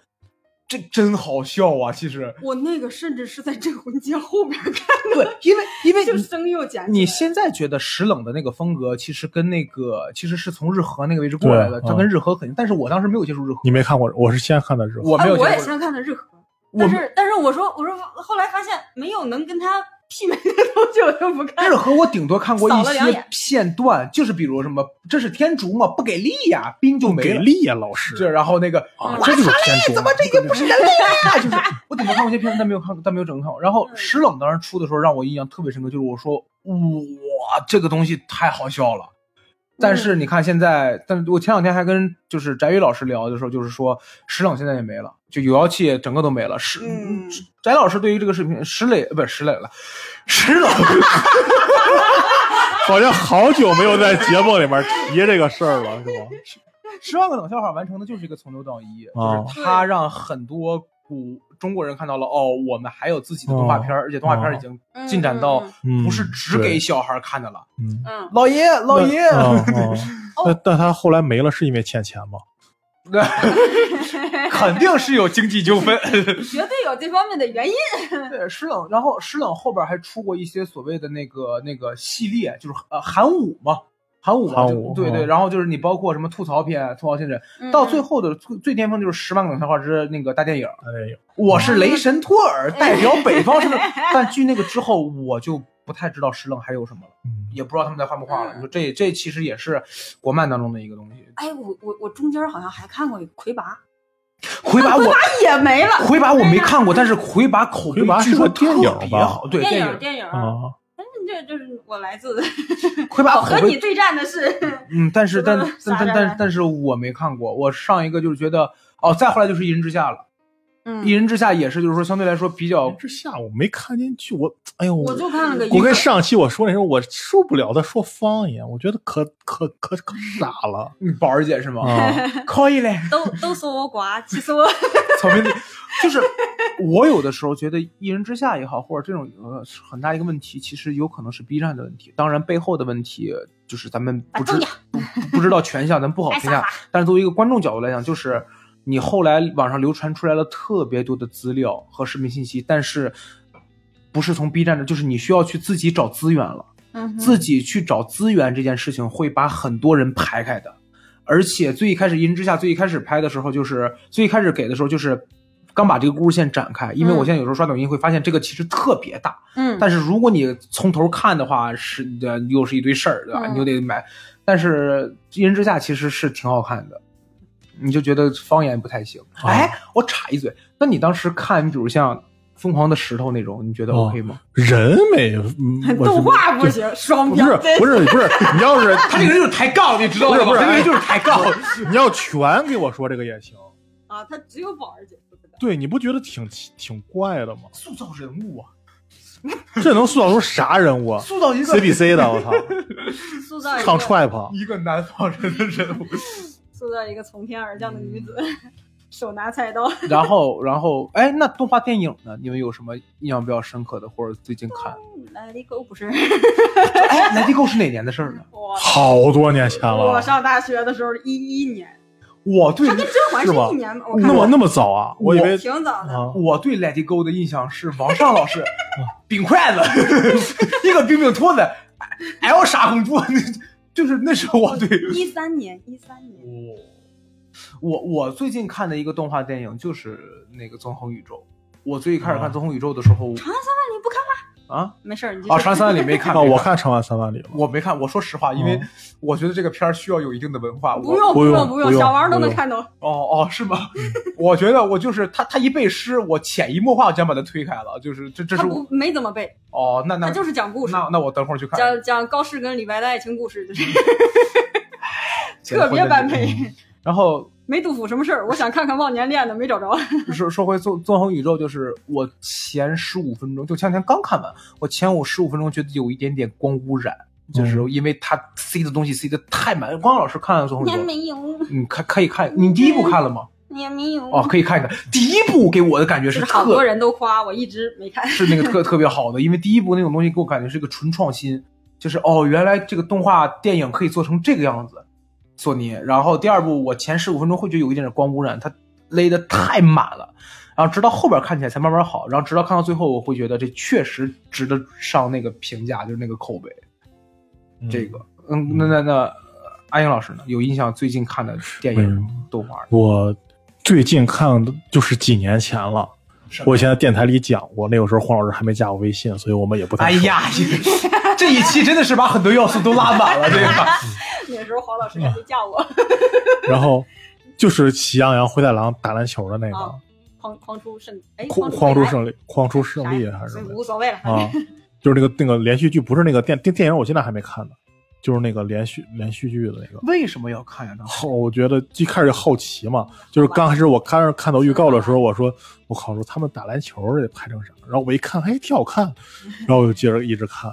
Speaker 1: 这真好笑啊！其实
Speaker 3: 我那个甚至是在镇魂街后边看
Speaker 1: 对，因为因为
Speaker 3: 的，就
Speaker 1: 哎你
Speaker 3: 声又捡起来
Speaker 1: 你现在觉得石冷的那个风格，其实跟那个其实是从日和那个位置过来的，
Speaker 2: 对
Speaker 1: 它跟日和很像，但是我当时没有接触
Speaker 3: *laughs*
Speaker 1: 日和，
Speaker 2: 你没看过，我是先看的日
Speaker 1: 我没
Speaker 3: 哎，
Speaker 1: 有
Speaker 3: 我也
Speaker 1: 接触，
Speaker 3: 先看的日和，
Speaker 1: 我
Speaker 3: 但
Speaker 1: 们
Speaker 3: 是但是我说我说后来发现没有能跟他媲美的东西，我就不看
Speaker 1: 日。和我顶多看过
Speaker 3: 哎扫
Speaker 1: 一
Speaker 3: 了两
Speaker 1: 些
Speaker 3: 眼
Speaker 1: 片段，就是比如什么这是天竺嘛，不给力呀、冰就
Speaker 2: 不
Speaker 1: 没
Speaker 2: 给
Speaker 1: 了
Speaker 2: 力呀，老师。
Speaker 1: 对，然后那个
Speaker 2: 啊
Speaker 1: 啊，
Speaker 2: 这就是天竺。
Speaker 1: 怎么这已经不是人类 *laughs* 了呀？就是我顶多看过一些片段，但没有看，但没有整个看过。然后
Speaker 3: 嗯
Speaker 1: 石冷当时出的时候，让我印象特别深刻，就是我说哇，这个东西太好笑了。但
Speaker 3: 嗯
Speaker 1: 是你看现在，但是我前两天还跟就是翟宇老师聊的时候，就是说石冷现在也没了，就有妖气整个都没了。石、
Speaker 3: 嗯
Speaker 1: 翟老师对于这个视频，石磊呃不是石磊了，石冷
Speaker 2: 好像好久没有在节目里面提这个事儿了，是吧？
Speaker 1: 十万个冷笑话完成的就是一个从六到一，
Speaker 2: 哦
Speaker 1: 就是他让很多古中国人看到了哦，我们还有自己的动画片儿，而且动画片儿已经进展到
Speaker 2: 嗯
Speaker 1: 不是只给小孩看的了。
Speaker 2: 嗯。
Speaker 3: 嗯，
Speaker 1: 老爷，老爷，
Speaker 2: 哦哦那但他后来没了，是因为欠钱吗？
Speaker 1: *laughs* 肯定是有经济纠纷。
Speaker 2: 嗯
Speaker 3: 绝对有这方面的原因。
Speaker 1: *laughs* 对，石冷，然后石冷后边还出过一些所谓的那个那个系列，就是呃韩舞嘛。韩舞嘛，
Speaker 2: 韩
Speaker 1: 就
Speaker 2: 舞
Speaker 1: 对对，
Speaker 2: 嗯
Speaker 1: 然后就是你包括什么吐槽片、吐槽新人，到
Speaker 3: 嗯
Speaker 1: 最后的最最巅峰就是《十万个冷笑话之那个大电影》，
Speaker 2: 哎呦，
Speaker 1: 我是雷神托尔，
Speaker 3: 嗯
Speaker 1: 代表北方是不是？ *laughs* 但据那个之后，我就不太知道石冷还有什么了，
Speaker 2: 嗯
Speaker 1: 也不知道他们在画不画了。
Speaker 3: 嗯
Speaker 1: 你说这这其实也是国漫当中的一个东西。
Speaker 3: 哎，我我我中间好像还看过一个魁拔，
Speaker 1: 魁拔我
Speaker 3: *laughs* 也没了。
Speaker 1: 魁拔我没看过，但是魁拔口碑
Speaker 2: 魁拔
Speaker 1: 据
Speaker 2: 是
Speaker 1: 说
Speaker 2: 个电影
Speaker 1: 特别
Speaker 2: 吧
Speaker 1: 好，对
Speaker 3: 电
Speaker 1: 电
Speaker 3: 影
Speaker 1: 影。
Speaker 3: 电影，
Speaker 2: 啊，
Speaker 3: 但是这就是我来自
Speaker 1: 魁拔
Speaker 3: 我
Speaker 1: 口
Speaker 3: 和你
Speaker 1: 碑，
Speaker 3: 对战的是，
Speaker 1: 嗯，但是但
Speaker 3: 嗯
Speaker 1: 但
Speaker 3: 啥
Speaker 1: 但
Speaker 3: 来
Speaker 1: 但但是我没看过，我上一个就是觉得哦，再后来就是一人之下了，
Speaker 3: 嗯
Speaker 1: 一，人之下也是就是说相对来说比较
Speaker 2: 这下午没看进去，我哎呦，
Speaker 3: 我就看了个一
Speaker 2: 我跟
Speaker 3: 个，
Speaker 2: 上期我说那时候，我受不了他说方言，我觉得可可可可傻了
Speaker 1: 嗯宝儿姐是吗？
Speaker 2: 啊！
Speaker 1: *laughs* 可以嘞，
Speaker 3: 都都说我寡，其实我
Speaker 1: *laughs* 草莓里，就是我有的时候觉得一人之下也好，或者这种呃很大一个问题，其实有可能是 B 站的问题。当然背后的问题就是咱们不知
Speaker 3: 哎呀
Speaker 1: 不不知道全项，咱不好
Speaker 3: 爱
Speaker 1: 评
Speaker 3: 撒
Speaker 1: 价
Speaker 3: 法。，
Speaker 1: 但是作为一个观众角度来讲，就是你后来网上流传出来了特别多的资料和视频信息，但是不是从 B 站的，就是你需要去自己找资源了。
Speaker 3: 嗯
Speaker 1: 自
Speaker 3: 哼，
Speaker 1: 己去找资源这件事情会把很多人排开的，而且最一开始《一人之下》最一开始拍的时候，就是最一开始给的时候就是。刚把这个故事线展开，因为我现在有时候刷抖音会发现这个其实特别大，
Speaker 3: 嗯，
Speaker 1: 但是如果你从头看的话，是呃又是一堆事儿，对吧？
Speaker 3: 嗯
Speaker 1: 你又得买。但是《一人之下》其实是挺好看的，你就觉得方言不太行。
Speaker 2: 哦
Speaker 1: 哎，我插一嘴，那你当时看，比如像《疯狂的石头》那种，你觉得
Speaker 2: 哦
Speaker 1: OK 吗？
Speaker 2: 人没，嗯我
Speaker 3: 动画不
Speaker 2: 对
Speaker 3: 行，双
Speaker 2: 不
Speaker 3: 标
Speaker 2: 是，
Speaker 3: 对
Speaker 2: 不是不是，你要是
Speaker 1: 他这个人就是抬杠，你知道吗？
Speaker 2: 不是不是
Speaker 1: 他这个人
Speaker 2: 哎
Speaker 1: 就是抬杠。
Speaker 2: 你要全给我说这个也行，
Speaker 3: 啊，他只有宝儿姐不知道，
Speaker 2: 对，你不觉得挺奇挺怪的吗？
Speaker 1: 塑造人物啊，
Speaker 2: 这能塑造出啥人物啊
Speaker 1: 塑造一个
Speaker 2: ？CBC 的，我操，
Speaker 3: 塑造一
Speaker 2: 唱
Speaker 3: 个
Speaker 2: trap，
Speaker 1: 一个南方人的人物。 *laughs*
Speaker 3: 塑造一个从天而降的女子，
Speaker 2: 嗯
Speaker 3: *laughs* 手拿菜刀，
Speaker 1: 然后，然后，哎，那动画电影呢？你们有什么印象比较深刻的，或者最近看？
Speaker 3: 来了一个不是，
Speaker 1: 哎，《莱迪购》是哪年的事儿呢？
Speaker 3: *laughs* 我
Speaker 2: 好多年前
Speaker 3: 我
Speaker 2: 了，
Speaker 3: 上大学的时候一一年，
Speaker 1: 我对
Speaker 3: 他跟甄嬛
Speaker 2: 是吗
Speaker 3: 一年吗？我看
Speaker 2: 那么那么早啊？我以为
Speaker 3: 挺早的，
Speaker 2: 啊，
Speaker 1: 我对《Let It Go》的印象是王上老师，冰筷子， *laughs* 一个冰冰托子，L 傻公 *laughs* 主，就是那时候我对。
Speaker 3: 一三年一三年，
Speaker 2: 嗯
Speaker 1: 我我最近看的一个动画电影就是那个《纵横宇宙》。我最开始看《
Speaker 2: 哦
Speaker 1: 纵横宇宙》的时候
Speaker 3: 长安三万里不看吗？
Speaker 1: 啊
Speaker 3: 没事儿，你继续
Speaker 1: 啊，《长安三万里》没看，
Speaker 2: 啊，
Speaker 1: 没
Speaker 2: 我看《长安三万里》了，
Speaker 1: 我没看。我说实话，因为我觉得这个片儿需要有一定的文化。
Speaker 3: 不
Speaker 1: 我
Speaker 3: 用
Speaker 2: 不
Speaker 3: 用
Speaker 2: 用
Speaker 3: 不
Speaker 2: 不用
Speaker 3: 小王都
Speaker 2: 不
Speaker 3: 能
Speaker 2: 用
Speaker 3: 看懂。
Speaker 1: 哦哦，是吗？ *laughs* 我觉得我就是他，他一背诗，我潜移默化地想把他推开了，就是这这
Speaker 3: 他
Speaker 1: 是
Speaker 3: 不
Speaker 1: 我
Speaker 3: 没怎么背，
Speaker 1: 哦，那那
Speaker 3: 他就是讲故事，
Speaker 1: 那那我等会儿去看。
Speaker 3: 讲讲高适跟李白的爱情故事，就是 *laughs*
Speaker 1: 结
Speaker 3: 特
Speaker 1: 婚
Speaker 3: 别
Speaker 1: 的
Speaker 3: 般
Speaker 1: 那个
Speaker 3: 配。
Speaker 1: *laughs* 然后
Speaker 3: 没杜甫什么事儿，我想看看忘年恋的，没找着。
Speaker 1: 说说回纵纵横宇宙，就是我前十五分钟，就前两天刚看完，我前五十五分钟觉得有一点点光污染，就是因为他塞的东西塞的太满。光老师看了纵横宇宙，
Speaker 3: 有，
Speaker 1: 你看可以看，你第一部看了吗？
Speaker 3: 也没有
Speaker 1: 哦，可以看一看。第一部给我的感觉
Speaker 3: 就是是好多
Speaker 1: 特
Speaker 3: 人都夸，我一直没看。 *laughs*
Speaker 1: 是那个特特别好的，因为第一部那种东西给我感觉是个纯创新，就是哦，原来这个动画电影可以做成这个样子，索尼。然后第二部我前十五分钟会觉得有一点点光污染，它勒得太满了，然后直到后边看起来才慢慢好，然后直到看到最后，我会觉得这确实值得上那个评价，就是那个口碑。
Speaker 2: 嗯
Speaker 1: 这个，嗯，那那那，呃阿英老师呢？有印象最近看的电
Speaker 2: 没
Speaker 1: 影
Speaker 2: 有
Speaker 1: 动画？
Speaker 2: 我最近看的就是几年前了。我以前在电台里讲过，那个时候黄老师还没加我微信，所以我们也不太
Speaker 1: 哎
Speaker 2: 熟
Speaker 1: 呀， *laughs* 这一期真的是把很多要素都拉满了，这个。
Speaker 3: 那时候黄老师还没嫁我，
Speaker 2: 然后就是《喜羊羊灰太狼》打篮球的那
Speaker 3: 啊
Speaker 2: 个，
Speaker 3: 狂狂出胜，哎，
Speaker 2: 框
Speaker 3: 狂
Speaker 2: 框出
Speaker 3: 出
Speaker 2: 胜利，框出胜利还是什
Speaker 3: 哎
Speaker 2: 么
Speaker 3: 无所谓了。
Speaker 2: 啊？就是那个那个连续剧，不是那个电电电影，我现在还没看呢，就是那个连续连续剧的那个。
Speaker 1: *laughs* 为什么要看呀？当时
Speaker 2: 后我觉得一开始就好奇嘛，就是刚开始我看看到预告的时候，我说我靠，说他们打篮球得拍成啥？然后我一看，哎，挺好看，然后我就接着一直
Speaker 3: *laughs*
Speaker 2: 看。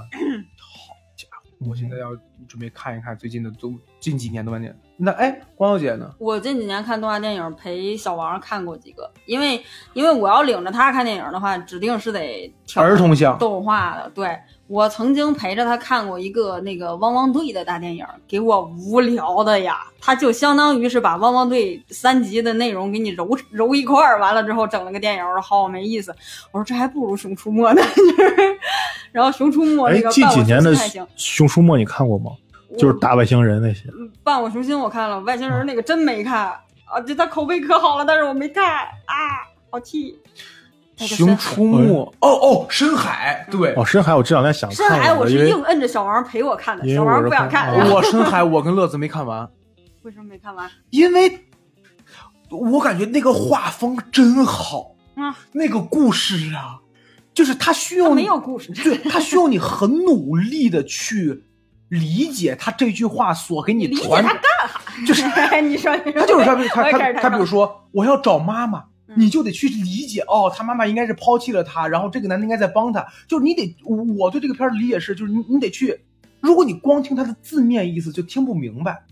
Speaker 1: 我现在要准备看一看最近的都近几年的观点。那哎，光头姐呢？
Speaker 3: 我这几年看动画电影，陪小王看过几个，因为因为我要领着他看电影的话，指定是得挑
Speaker 1: 儿童向
Speaker 3: 动画的。对我曾经陪着他看过一个那个汪汪队的大电影，给我无聊的呀！他就相当于是把汪汪队三集的内容给你揉揉一块儿，完了之后整了个电影，我说好没意思。我说这还不如《熊出没》呢，就是。 *laughs* 然后《熊出没》
Speaker 2: 哎
Speaker 3: 那个，
Speaker 2: 近
Speaker 3: 伴
Speaker 2: 几
Speaker 3: 我
Speaker 2: 年的
Speaker 3: 熊心还
Speaker 2: 《
Speaker 3: 行，
Speaker 2: 熊出没》你看过吗？就是大外星人那些。
Speaker 3: 嗯伴我熊心我看了，外星人那个真没看啊，就他口碑可好了，但是我没看啊，好气。那个
Speaker 1: 熊
Speaker 3: 深
Speaker 1: 出没，哦哦，深海，对，
Speaker 2: 哦，深海我这两天想
Speaker 3: 深海
Speaker 2: 看
Speaker 3: 我
Speaker 2: 了，
Speaker 3: 是
Speaker 2: 因为
Speaker 3: 硬摁着小王陪我看的，
Speaker 2: 因为
Speaker 3: 小王
Speaker 2: 我是
Speaker 3: 不想看，
Speaker 2: 看
Speaker 3: 然后
Speaker 1: 我哦深海我跟乐子没看完，
Speaker 3: *laughs* 为什么没看完？
Speaker 1: 因为我感觉那个画风真好，
Speaker 3: 嗯，
Speaker 1: 那个故事啊，就是他需要
Speaker 3: 他
Speaker 1: 你
Speaker 3: 没有故事， *laughs*
Speaker 1: 对他需要你很努力的去理解他这句话所给你
Speaker 3: 理解
Speaker 1: 传，
Speaker 3: 他干 *laughs*
Speaker 1: 就是
Speaker 3: 啥？哎你说你说，
Speaker 1: 他就是他
Speaker 3: 我
Speaker 1: 他
Speaker 3: 也开
Speaker 1: 他
Speaker 3: 始看
Speaker 1: 他，比如说我要找妈妈，
Speaker 3: 嗯
Speaker 1: 你就得去理解哦，他妈妈应该是抛弃了他，然后这个男的应该在帮他，就是你得我我对这个片儿的理解是，就是你你得去，如果你光听他的字面意思就听不明白。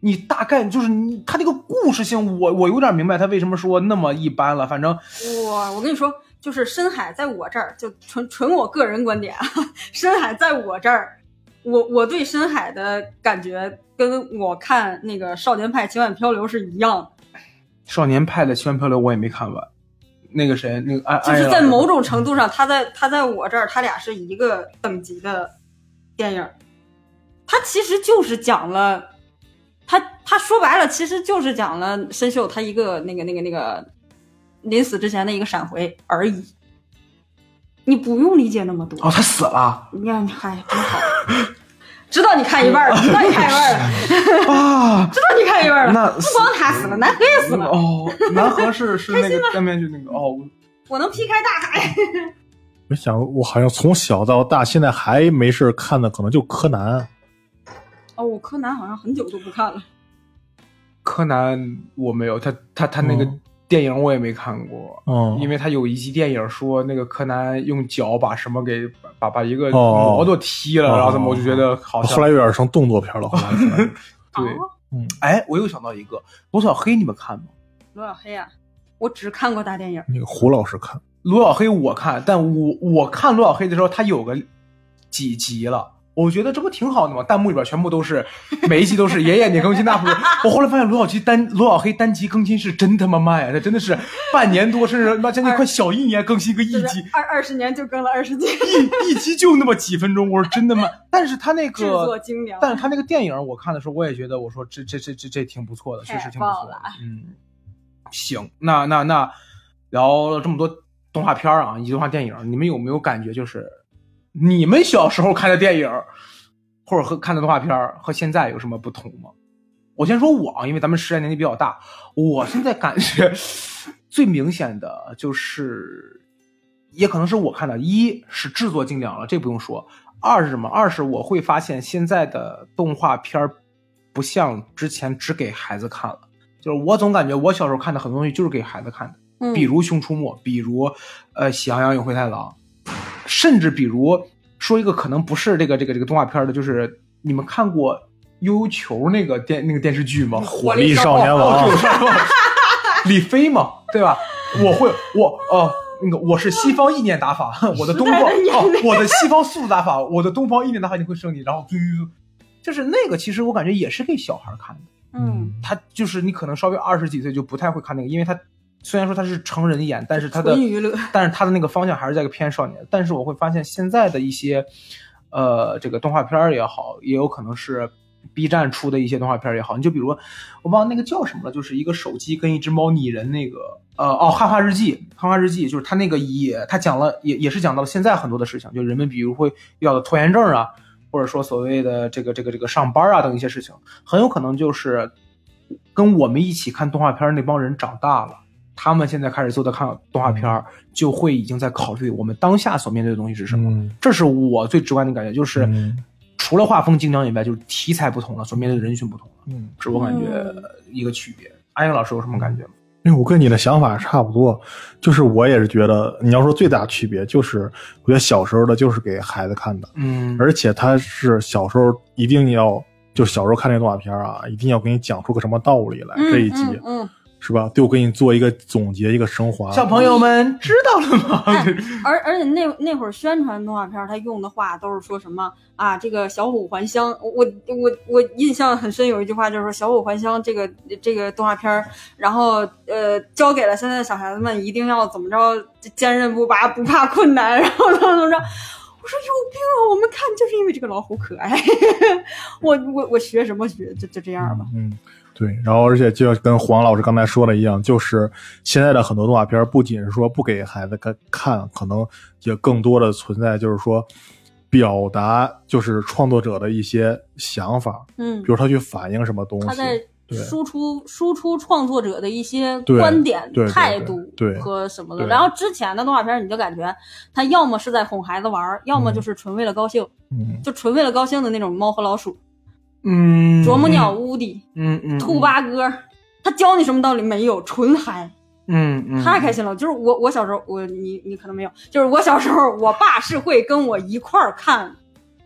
Speaker 1: 你大概就是你，他这个故事性，我我有点明白他为什么说那么一般了。反正
Speaker 3: 我我跟你说，就是深海在我这儿，就纯纯我个人观点啊， *laughs* 深海在我这儿，我我对深海的感觉跟我看那个《少年派情感漂流》是一样的，
Speaker 1: 少年派的《奇幻漂流》我也没看完，那个谁，那个安
Speaker 3: 就
Speaker 1: 安
Speaker 3: 是
Speaker 1: 然
Speaker 3: 在
Speaker 1: 老师
Speaker 3: 某种程度上，他在他在我这儿，他俩是一个等级的电影儿。他其实就是讲了，他他说白了，其实就是讲了申秀他一个那个那个那个临死之前的一个闪回而已。你不用理解那么多。
Speaker 1: 哦，他死
Speaker 3: *laughs*
Speaker 1: 了
Speaker 3: 你看，嗨，真好，知道你看一半儿了，知道你看一半儿了，
Speaker 1: 啊！
Speaker 3: 知道你看一半儿了。
Speaker 1: 那
Speaker 3: 不光他死了，南河也死了。
Speaker 1: 哦，南河
Speaker 3: *laughs*
Speaker 1: 是是那个戴面具那个哦，
Speaker 3: 我能劈开大海。 *laughs*
Speaker 2: 没想过，我好像从小到大，现在还没事儿看的，可能就柯南。啊
Speaker 3: 哦，我柯南好像很久都不看了。
Speaker 1: 柯南我没有，他他他那个
Speaker 2: 嗯
Speaker 1: 电影我也没看过，
Speaker 2: 嗯，
Speaker 1: 因为他有一集电影说那个柯南用脚把什么给把把把一个
Speaker 2: 哦
Speaker 1: 摩托踢了，
Speaker 2: 哦
Speaker 1: 然后他们我就觉得好
Speaker 2: 我后
Speaker 1: 像
Speaker 2: 来有嗯点成动作片了。后来可能
Speaker 1: 对
Speaker 3: 哦，
Speaker 1: 哎，我又想到一个罗小黑，你们看吗？
Speaker 3: 罗小黑啊，我只看过大电影。
Speaker 2: 那个胡老师看，
Speaker 1: 罗小黑我看，但我我看罗小黑的时候，他有个几集了。我觉得这不挺好的吗？弹幕里边全部都是，每一集都是爷爷你更新那不是？ *laughs* 我后来发现罗小七单罗小黑单集更新是真他妈慢呀，这真的是半年多，甚至那将近快小一年更新个一
Speaker 3: 就是
Speaker 1: 集，
Speaker 3: 二二十年就更了二十集，
Speaker 1: 一一集就那么几分钟，我说真的慢。但是他那
Speaker 3: 制作
Speaker 1: 个，
Speaker 3: 精良。
Speaker 1: 但是他那个电影我看的时候，我也觉得我说这这这这这挺不错的，确实挺不错的
Speaker 3: 太棒了。
Speaker 1: 嗯，行，那那那聊了这么多动画片儿啊，以及动画电影，你们有没有感觉就是你们小时候看的电影儿或者和看的动画片儿和现在有什么不同吗？我先说我啊，因为咱们时代年纪比较大，我现在感觉 *laughs* 最明显的就是，也可能是我看的，一是制作精良了，这不用说；二是什么？二是我会发现现在的动画片儿不像之前只给孩子看了，就是我总感觉我小时候看的很多东西就是给孩子看的。
Speaker 3: 嗯
Speaker 1: 比如《熊出没》，比如呃《喜羊羊与灰太狼》，甚至比如说一个可能不是这个这个这个动画片的，就是你们看过《悠悠球》那个电那个电视剧吗？
Speaker 2: 火力少年
Speaker 1: 哦，
Speaker 2: 王
Speaker 1: 这个，是吧李飞嘛，对吧？我会，我哦，那个我是西方意念打法，我的东方
Speaker 3: 时代的眼
Speaker 1: 哦，我的西方速度打法，我的东方意念打法你会升级，然后嘟嘟嘟，就是那个，其实我感觉也是给小孩看的。
Speaker 3: 嗯，
Speaker 1: 他就是你可能稍微二十几岁就不太会看那个，因为他虽然说他是成人演，但是他的
Speaker 3: 纯娱乐
Speaker 1: 但是他的那个方向还是在一个偏少年。但是我会发现现在的一些，呃，这个动画片儿也好，也有可能是 B 站出的一些动画片儿也好，你就比如我忘了那个叫什么了，就是一个手机跟一只猫拟人那个，呃，哦，《汉化日记》，《汉化日记》就是他那个也他讲了也也是讲到了现在很多的事情，就人们比如会要的拖延症啊，或者说所谓的这个这个这个上班啊等一些事情，很有可能就是跟我们一起看动画片儿那帮人长大了。他们现在开始做的看动画片儿，就会已经在考虑我们当下所面对的东西是什么。
Speaker 2: 嗯，
Speaker 1: 这是我最直观的感觉，就是、
Speaker 2: 嗯
Speaker 1: 除了画风精良以外，就是题材不同了，所面对的人群不同了，
Speaker 2: 嗯，
Speaker 1: 是我感觉
Speaker 3: 嗯
Speaker 1: 一个区别。安英老师有什么感觉吗？
Speaker 2: 因为我跟你的想法差不多，就是我也是觉得，你要说最大区别，就是我觉得小时候的就是给孩子看的，
Speaker 1: 嗯
Speaker 2: 而且他是小时候一定要，就小时候看这动画片啊，一定要给你讲出个什么道理来，这一集
Speaker 3: 嗯嗯，
Speaker 2: 是吧？对我给你做一个总结，一个升华。
Speaker 1: 小朋友们知道了吗？
Speaker 3: 哎嗯而而且那那会儿宣传动画片儿，他用的话都是说什么啊？这个小虎还乡，我我我我印象很深，有一句话就是说小虎还乡这个这个动画片儿，然后呃教给了现在的小孩子们，一定要怎么着坚韧不拔，不怕困难，然后怎么怎么着。我说有病啊！我们看就是因为这个老虎可爱， *laughs* 我我我学什么学？就就这样吧。
Speaker 2: 嗯，对。然后，而且就要跟黄老师刚才说的一样，就是现在的很多动画片，不仅是说不给孩子看看，可能也更多的存在就是说表达，就是创作者的一些想法，
Speaker 3: 嗯
Speaker 2: 比，如他去反映什么东
Speaker 3: 他
Speaker 2: 西。
Speaker 3: 在
Speaker 2: 对
Speaker 3: 输出输出创作者的一些
Speaker 2: 对
Speaker 3: 观点
Speaker 2: 对、对
Speaker 3: 态度
Speaker 2: 对对
Speaker 3: 和什么的。
Speaker 2: 对
Speaker 3: 然后之前的动画片，你就感觉他要么是在哄孩子玩儿，要么就是纯为了高兴，
Speaker 2: 嗯，
Speaker 3: 就纯为了高兴的那种猫和老鼠、
Speaker 1: *laughs* 嗯，
Speaker 3: 啄木鸟、乌迪、
Speaker 1: 嗯，嗯嗯，
Speaker 3: 兔八哥，他教你什么道理没有？纯嗨。
Speaker 1: 嗯，嗯嗯，
Speaker 3: 太开心了！就是我，我小时候，我你你可能没有，就是我小时候，我爸是会跟我一块儿看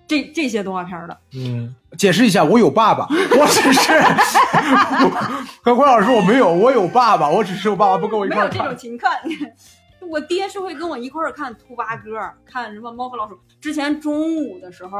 Speaker 3: 这这些动画片的。
Speaker 2: 嗯，
Speaker 1: 解释一下，我有爸 *laughs* 爸，我只是我跟郭老师说我没有，我有爸爸，我只是我爸爸不跟我一
Speaker 3: 没
Speaker 1: 块
Speaker 3: 有
Speaker 1: 儿
Speaker 3: 这
Speaker 1: 看
Speaker 3: 种。情况。 *laughs* 我爹是会跟我一块儿看兔八哥，看什么猫和老鼠。之前中午的时候，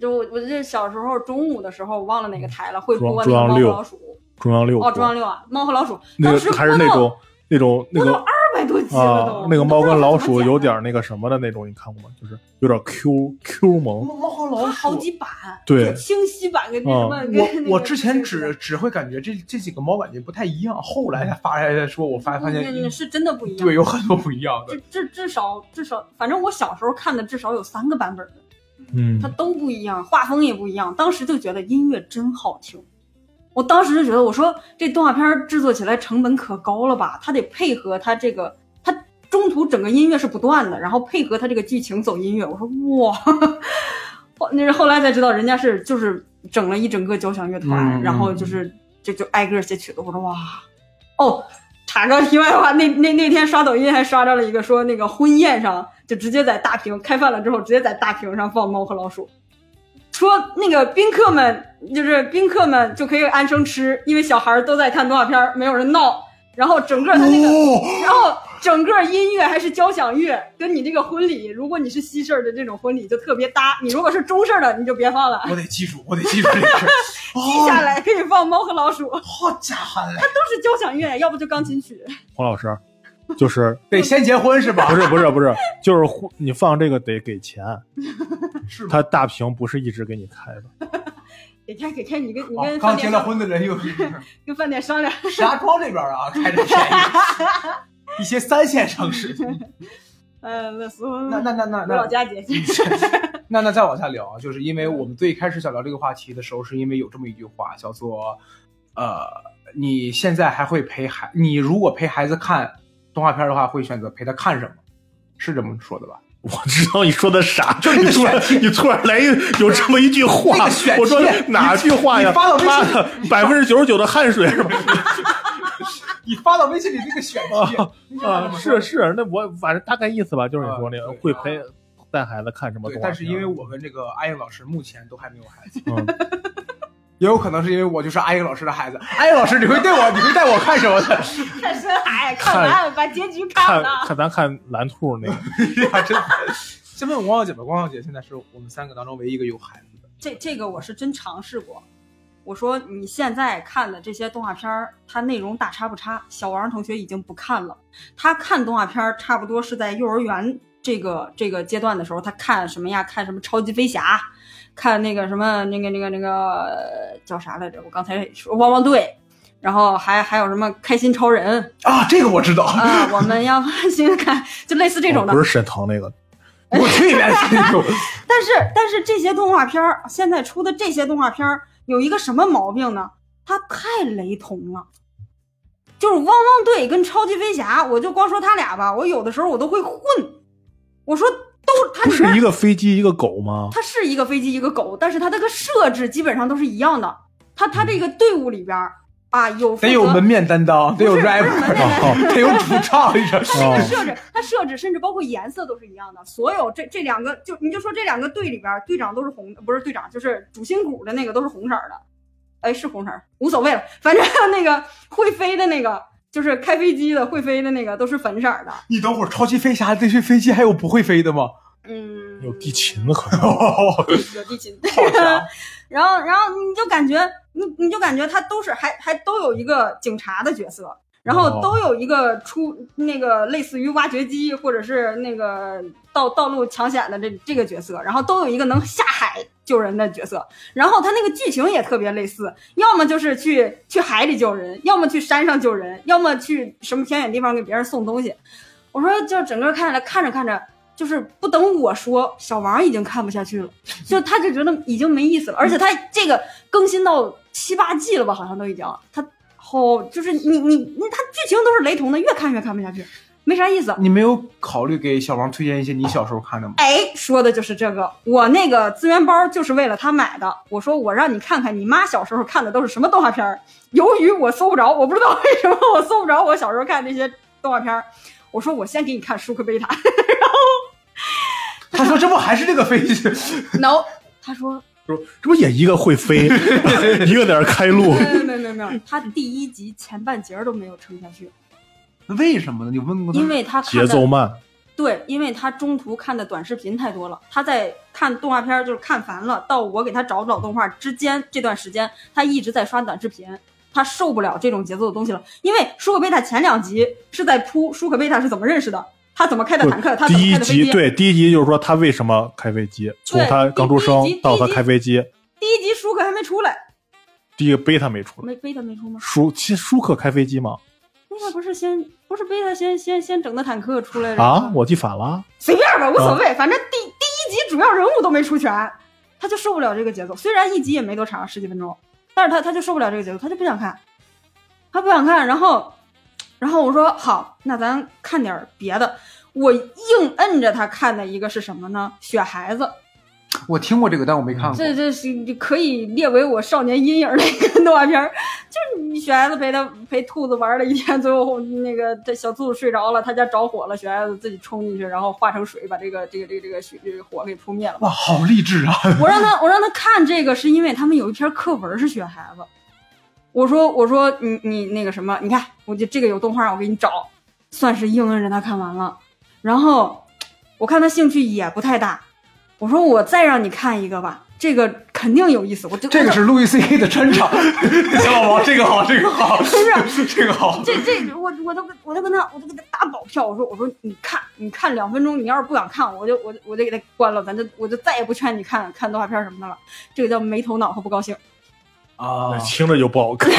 Speaker 3: 就我我这小时候中午的时候，我忘了哪个台了，会播那
Speaker 2: 中
Speaker 3: 个
Speaker 2: 央
Speaker 3: 猫和
Speaker 2: 六
Speaker 3: 老鼠。
Speaker 2: 中央六
Speaker 3: 哦，中央
Speaker 2: 国
Speaker 3: 六啊，猫和老鼠，
Speaker 2: 那
Speaker 3: 当时
Speaker 2: 个还是
Speaker 3: 播
Speaker 2: 那
Speaker 3: 到
Speaker 2: 种那种那
Speaker 3: 播到
Speaker 2: 个
Speaker 3: 二百多集了都。
Speaker 2: 啊，那个猫跟老鼠有点
Speaker 3: 儿
Speaker 2: 那个什么的那种，你看过吗？就是有点 Q Q 萌，
Speaker 1: 猫和老
Speaker 3: 好几版，
Speaker 2: *laughs* 对嗯
Speaker 3: 就清晰版跟那什么，跟那
Speaker 1: 我
Speaker 3: 个
Speaker 1: 我之前只只会感觉这这几个猫感觉不太一样，后来才发现说，我发发现
Speaker 3: 嗯是真的不一样。
Speaker 1: 对有很多不一样的
Speaker 3: 至。至至少至少，反正我小时候看的至少有三个版本，
Speaker 2: 嗯
Speaker 3: 它都不一样，画风也不一样。当时就觉得音乐真好听，我当时就觉得，我说这动画片制作起来成本可高了吧？它得配合它这个，它中途整个音乐是不断的，然后配合它这个剧情走音乐。我说哇，后那是后来才知道人家是就是整了一整个交响乐团，
Speaker 1: 嗯
Speaker 3: 然后就是就就挨个写曲子。我说哇，哦，插个题外话，那那那天刷抖音还刷到了一个说那个婚宴上就直接在大屏开饭了之后，直接在大屏上放《猫和老鼠》，说那个宾客们就是宾客们就可以安生吃，因为小孩儿都在看动画片儿，没有人闹。然后整个他
Speaker 1: 哦
Speaker 3: 那个，然后整个音乐还是交响乐，跟你这个婚礼，如果你是西式儿的这种婚礼就特别搭，你如果是中式儿的你就别放了，
Speaker 1: 我得记住，我得记住这个事儿。
Speaker 3: *laughs* 记下
Speaker 1: 哦，
Speaker 3: 来可以放《猫和老鼠》，都
Speaker 1: 好家伙嘞！
Speaker 3: 是交响乐，要不就钢琴曲。
Speaker 2: 黄老
Speaker 3: *laughs*
Speaker 2: 师，就是
Speaker 1: 得先结婚是吧？
Speaker 2: *laughs* 不是不是不是，就是互你放这个得给钱，
Speaker 1: 是吗？
Speaker 2: 它大屏不是一直给你开的。
Speaker 3: 给开给开，你跟你
Speaker 1: 啊
Speaker 3: 跟
Speaker 1: 刚
Speaker 3: 饭
Speaker 1: 结
Speaker 3: 店
Speaker 1: 了
Speaker 3: 商
Speaker 1: 婚的人又石
Speaker 3: 跟饭店商量。
Speaker 1: 家庄这边啊，开着便
Speaker 3: *laughs*
Speaker 1: 宜，一些三线城市。
Speaker 3: 呃，那俗
Speaker 1: 那那那那
Speaker 3: 回老
Speaker 1: 那
Speaker 3: 家姐姐，
Speaker 1: 那那再往下聊啊，就是因为我们最开始想聊这个话题的时候，是因为有这么一句话叫做，呃，你现在还会陪孩，你如果陪孩子看动画片的话，会选择陪他看什么？是这么说的吧？
Speaker 2: *laughs* 我知道你说的啥，
Speaker 1: 就是那个
Speaker 2: 你突然
Speaker 1: 选
Speaker 2: 你突然来一有这么一句
Speaker 1: 那
Speaker 2: 话
Speaker 1: 个选，
Speaker 2: 我说
Speaker 1: 题
Speaker 2: 哪句话呀？
Speaker 1: 你发到微信
Speaker 2: 百分之九十九的汗水是吧？
Speaker 1: *laughs* 你发到微信里那个 *laughs* 选题，你想怎
Speaker 2: 啊，
Speaker 1: 么说
Speaker 2: 是是，那我反正大概意思吧，就是你说那个
Speaker 1: 啊对
Speaker 2: 会陪带孩子看什么
Speaker 1: 对
Speaker 2: 动，画片儿，
Speaker 1: 但是因为我们这个阿英老师目前都还没有孩子，
Speaker 2: 嗯
Speaker 1: 也有可能是因为我就是阿英老师的孩子。阿英老师，你会对我，你会带我看什么的？ *laughs* 哎
Speaker 3: *laughs* 看深海，看完把结局看
Speaker 2: 看
Speaker 3: 了。
Speaker 2: 看咱看蓝兔那个，
Speaker 1: 呀，真的。先问光耀姐吧，光耀姐现在是我们三个当中唯一一个有孩子的。
Speaker 3: 这这个我是真尝试过。我说你现在看的这些动画片儿，它内容大差不差。小王同学已经不看了，他看动画片儿差不多是在幼儿园这个这个阶段的时候，他看什么呀？看什么超级飞侠，看那个什么那个那个那个呃叫啥来着？我刚才说汪汪队，然后还还有什么开心超人
Speaker 1: 啊，这个我知道。
Speaker 3: 啊、我们要 *laughs* 放心看，就类似这种的
Speaker 2: 啊哦不。是沈腾那个，
Speaker 1: 我去你的！
Speaker 3: 但是但是这些动画片儿现在出的这些动画片儿有一个什么毛病呢？它太雷同了。就是汪汪队跟超级飞侠，我就光说他俩吧，我有的时候我都会混。我说都它
Speaker 2: 不
Speaker 3: 里
Speaker 2: 是
Speaker 3: 面
Speaker 2: 一个飞机一个狗吗？
Speaker 3: 它是一个飞机一个狗，但是它这个设置基本上都是一样的。它它这个队伍里边儿啊，有负
Speaker 1: 得有
Speaker 3: 责
Speaker 1: 门面担当，得有
Speaker 3: 不是不是
Speaker 1: rapper，
Speaker 3: 门面
Speaker 2: 哦
Speaker 1: 得有主唱，你知道
Speaker 3: 它那
Speaker 2: 哦
Speaker 3: 个设置，它设置甚至包括颜色都是一样的。所有这这两个，就你就说这两个队里边儿，队长都是红，不是队长，就是主心骨的那个都是红色儿的。哎，是红色儿，无所谓了，反正那个会飞的那个，就是开飞机的会飞的那个都是粉色儿的。
Speaker 1: *laughs* 你等会儿，超级飞侠这些飞机还有不会飞的吗？
Speaker 3: 嗯，
Speaker 2: 有地勤的可能。
Speaker 1: *laughs* 哦，
Speaker 3: 有地勤。
Speaker 1: 好
Speaker 3: *laughs*
Speaker 1: 强！
Speaker 3: 然后，然后你就感觉你你就感觉他都是还还都有一个警察的角色，然后都有一个出那个类似于挖掘机或者是那个道道路抢险的这这个角色，然后都有一个能下海救人的角色，然后他那个剧情也特别类似，要么就是去去海里救人，要么去山上救人，要么去什么偏远地方给别人送东西。我说，就整个看下来，看着看着，就是不等我说，小王已经看不下去了，就他就觉得已经没意思了，而且他这个更新到七八季了吧，好像都已经。它好就是你你你，它剧情都是雷同的，越看越看不下去，没啥意思。
Speaker 1: 你没有考虑给小王推荐一些你小时候看的吗？
Speaker 3: 哎，说的就是这个。我那个资源包就是为了他买的。我说我让你看看你妈小时候看的都是什么动画片儿。由于我搜不着，我不知道为什么我搜不着我小时候看那些动画片儿。我说我先给你看《舒克贝塔》， *laughs* 然
Speaker 1: 他说这不还是这个飞机？ *laughs*
Speaker 3: 后 no，他说
Speaker 2: 说这不也一个会飞， *laughs* 一个在那儿开路 *laughs*
Speaker 3: 没，有没有没有没有，他第一集前半截儿都没有撑下
Speaker 2: *laughs*
Speaker 3: 去，
Speaker 1: 为什么呢？你问过他？
Speaker 3: 因为他看
Speaker 2: 节
Speaker 3: 的
Speaker 2: 奏慢，
Speaker 3: 对，因为他中途看的短视频太多了，他在看动画片儿就是看烦了，到我给他找找动画之间这段时间，他一直在刷短视频，他受不了这种节奏的东西了。因为舒可贝塔前两集是在铺舒可贝塔是怎么认识的，他怎么开的坦克，他怎么
Speaker 2: 第一
Speaker 3: 开的飞
Speaker 2: 集
Speaker 3: 机。
Speaker 2: 对第一集就是说他为什么开飞机，从
Speaker 3: 对
Speaker 2: 他刚出生
Speaker 3: 第一集
Speaker 2: 到他
Speaker 3: 第一集
Speaker 2: 开飞机，
Speaker 3: 第一集舒可还没出来，
Speaker 2: 第一个贝塔没出来，
Speaker 3: 没贝塔没出吗？
Speaker 2: 舒其实舒克开飞机嘛
Speaker 3: 贝塔不是先不是贝塔先先先整的坦克出来
Speaker 2: 啊，我记反了，
Speaker 3: 随便吧，无所谓，反正第第一集主要人物都没出全，他就受不了这个节奏。虽然一集也没多长，十几分钟，但是他他就受不了这个节奏，他就不想看，他不想看。然后，然后我说好，那咱看点儿别的。我硬摁着他看的一个是什么呢？《雪孩子》，
Speaker 1: 我听过这个，但我没看过。
Speaker 3: 这这是你可以列为我少年阴影的一个动画片儿，就是你雪孩子陪他陪兔子玩了一天，最后那个这小兔子睡着了，他家着火了，雪孩子自己冲进去，然后化成水把这个这个这个这个雪这个火给扑灭了。
Speaker 1: 哇，好励志啊！ *laughs*
Speaker 3: 我让他我让他看这个，是因为他们有一篇课文是雪孩子。我说我说你你那个什么，你看，我就这个有动画，我给你找，算是硬摁着他看完了。然后我看他兴趣也不太大，我说我再让你看一个吧，这个肯定有意思。我就
Speaker 1: 这个是路易 C K 的专场， *laughs* 小老王，这个好，这个
Speaker 3: *laughs*
Speaker 1: 好，
Speaker 3: 是
Speaker 1: 这个好。
Speaker 3: *laughs* 这这我我都跟我都跟他我都跟他打保票，我说我说你看你看两分钟，你要是不想看，我就我就我就给他关了，咱就我就再也不劝你看看动画片什么的了。这个叫没头脑和不高兴。
Speaker 1: 啊，
Speaker 2: 听着就不好看，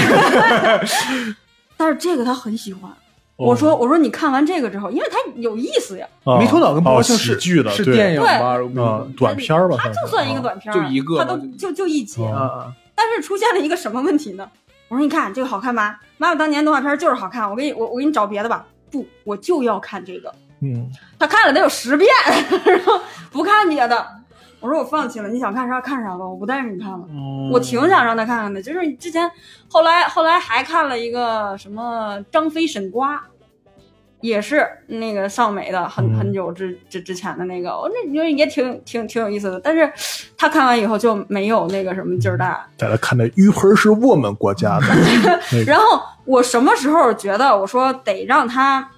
Speaker 3: 但是这个他很喜欢。
Speaker 2: 哦
Speaker 3: *laughs* 我说我说你看完这个之后，因为他有意思呀，
Speaker 2: 啊
Speaker 1: 没头脑跟不高兴
Speaker 2: 哦
Speaker 1: 是
Speaker 2: 喜剧的
Speaker 1: 是
Speaker 2: 对
Speaker 1: 电影吧？
Speaker 3: 对
Speaker 1: 我跟你
Speaker 2: 啊
Speaker 1: 说，
Speaker 2: 短片儿吧，
Speaker 3: 他就算一个
Speaker 2: 算是啊
Speaker 3: 短片儿，
Speaker 1: 就一个
Speaker 3: 他
Speaker 1: 嘛
Speaker 3: 都就就一集。
Speaker 2: 哦
Speaker 1: 啊啊，
Speaker 3: 但是出现了一个什么问题呢？我说你看这个好看吧，妈妈当年动画片就是好看，我给你我我给你找别的吧。不，我就要看这个。
Speaker 2: 嗯，
Speaker 3: 他看了得有十遍， *laughs* 然后不看别的。我说我放弃了，你想看啥看啥吧，我不带着你看了。
Speaker 1: 嗯
Speaker 3: 我挺
Speaker 2: 嗯
Speaker 3: 想让他看看的，就是之前，后来后来还看了一个什么张飞审瓜，也是那个尚美的，很
Speaker 2: 嗯
Speaker 3: 很久之之之前的那个，我那就是也挺挺挺有意思的。但是他看完以后就没有那个什么劲儿大。
Speaker 2: 带他看的鱼盆是我们国家的，那个
Speaker 3: 然后我什么时候觉得我说得让他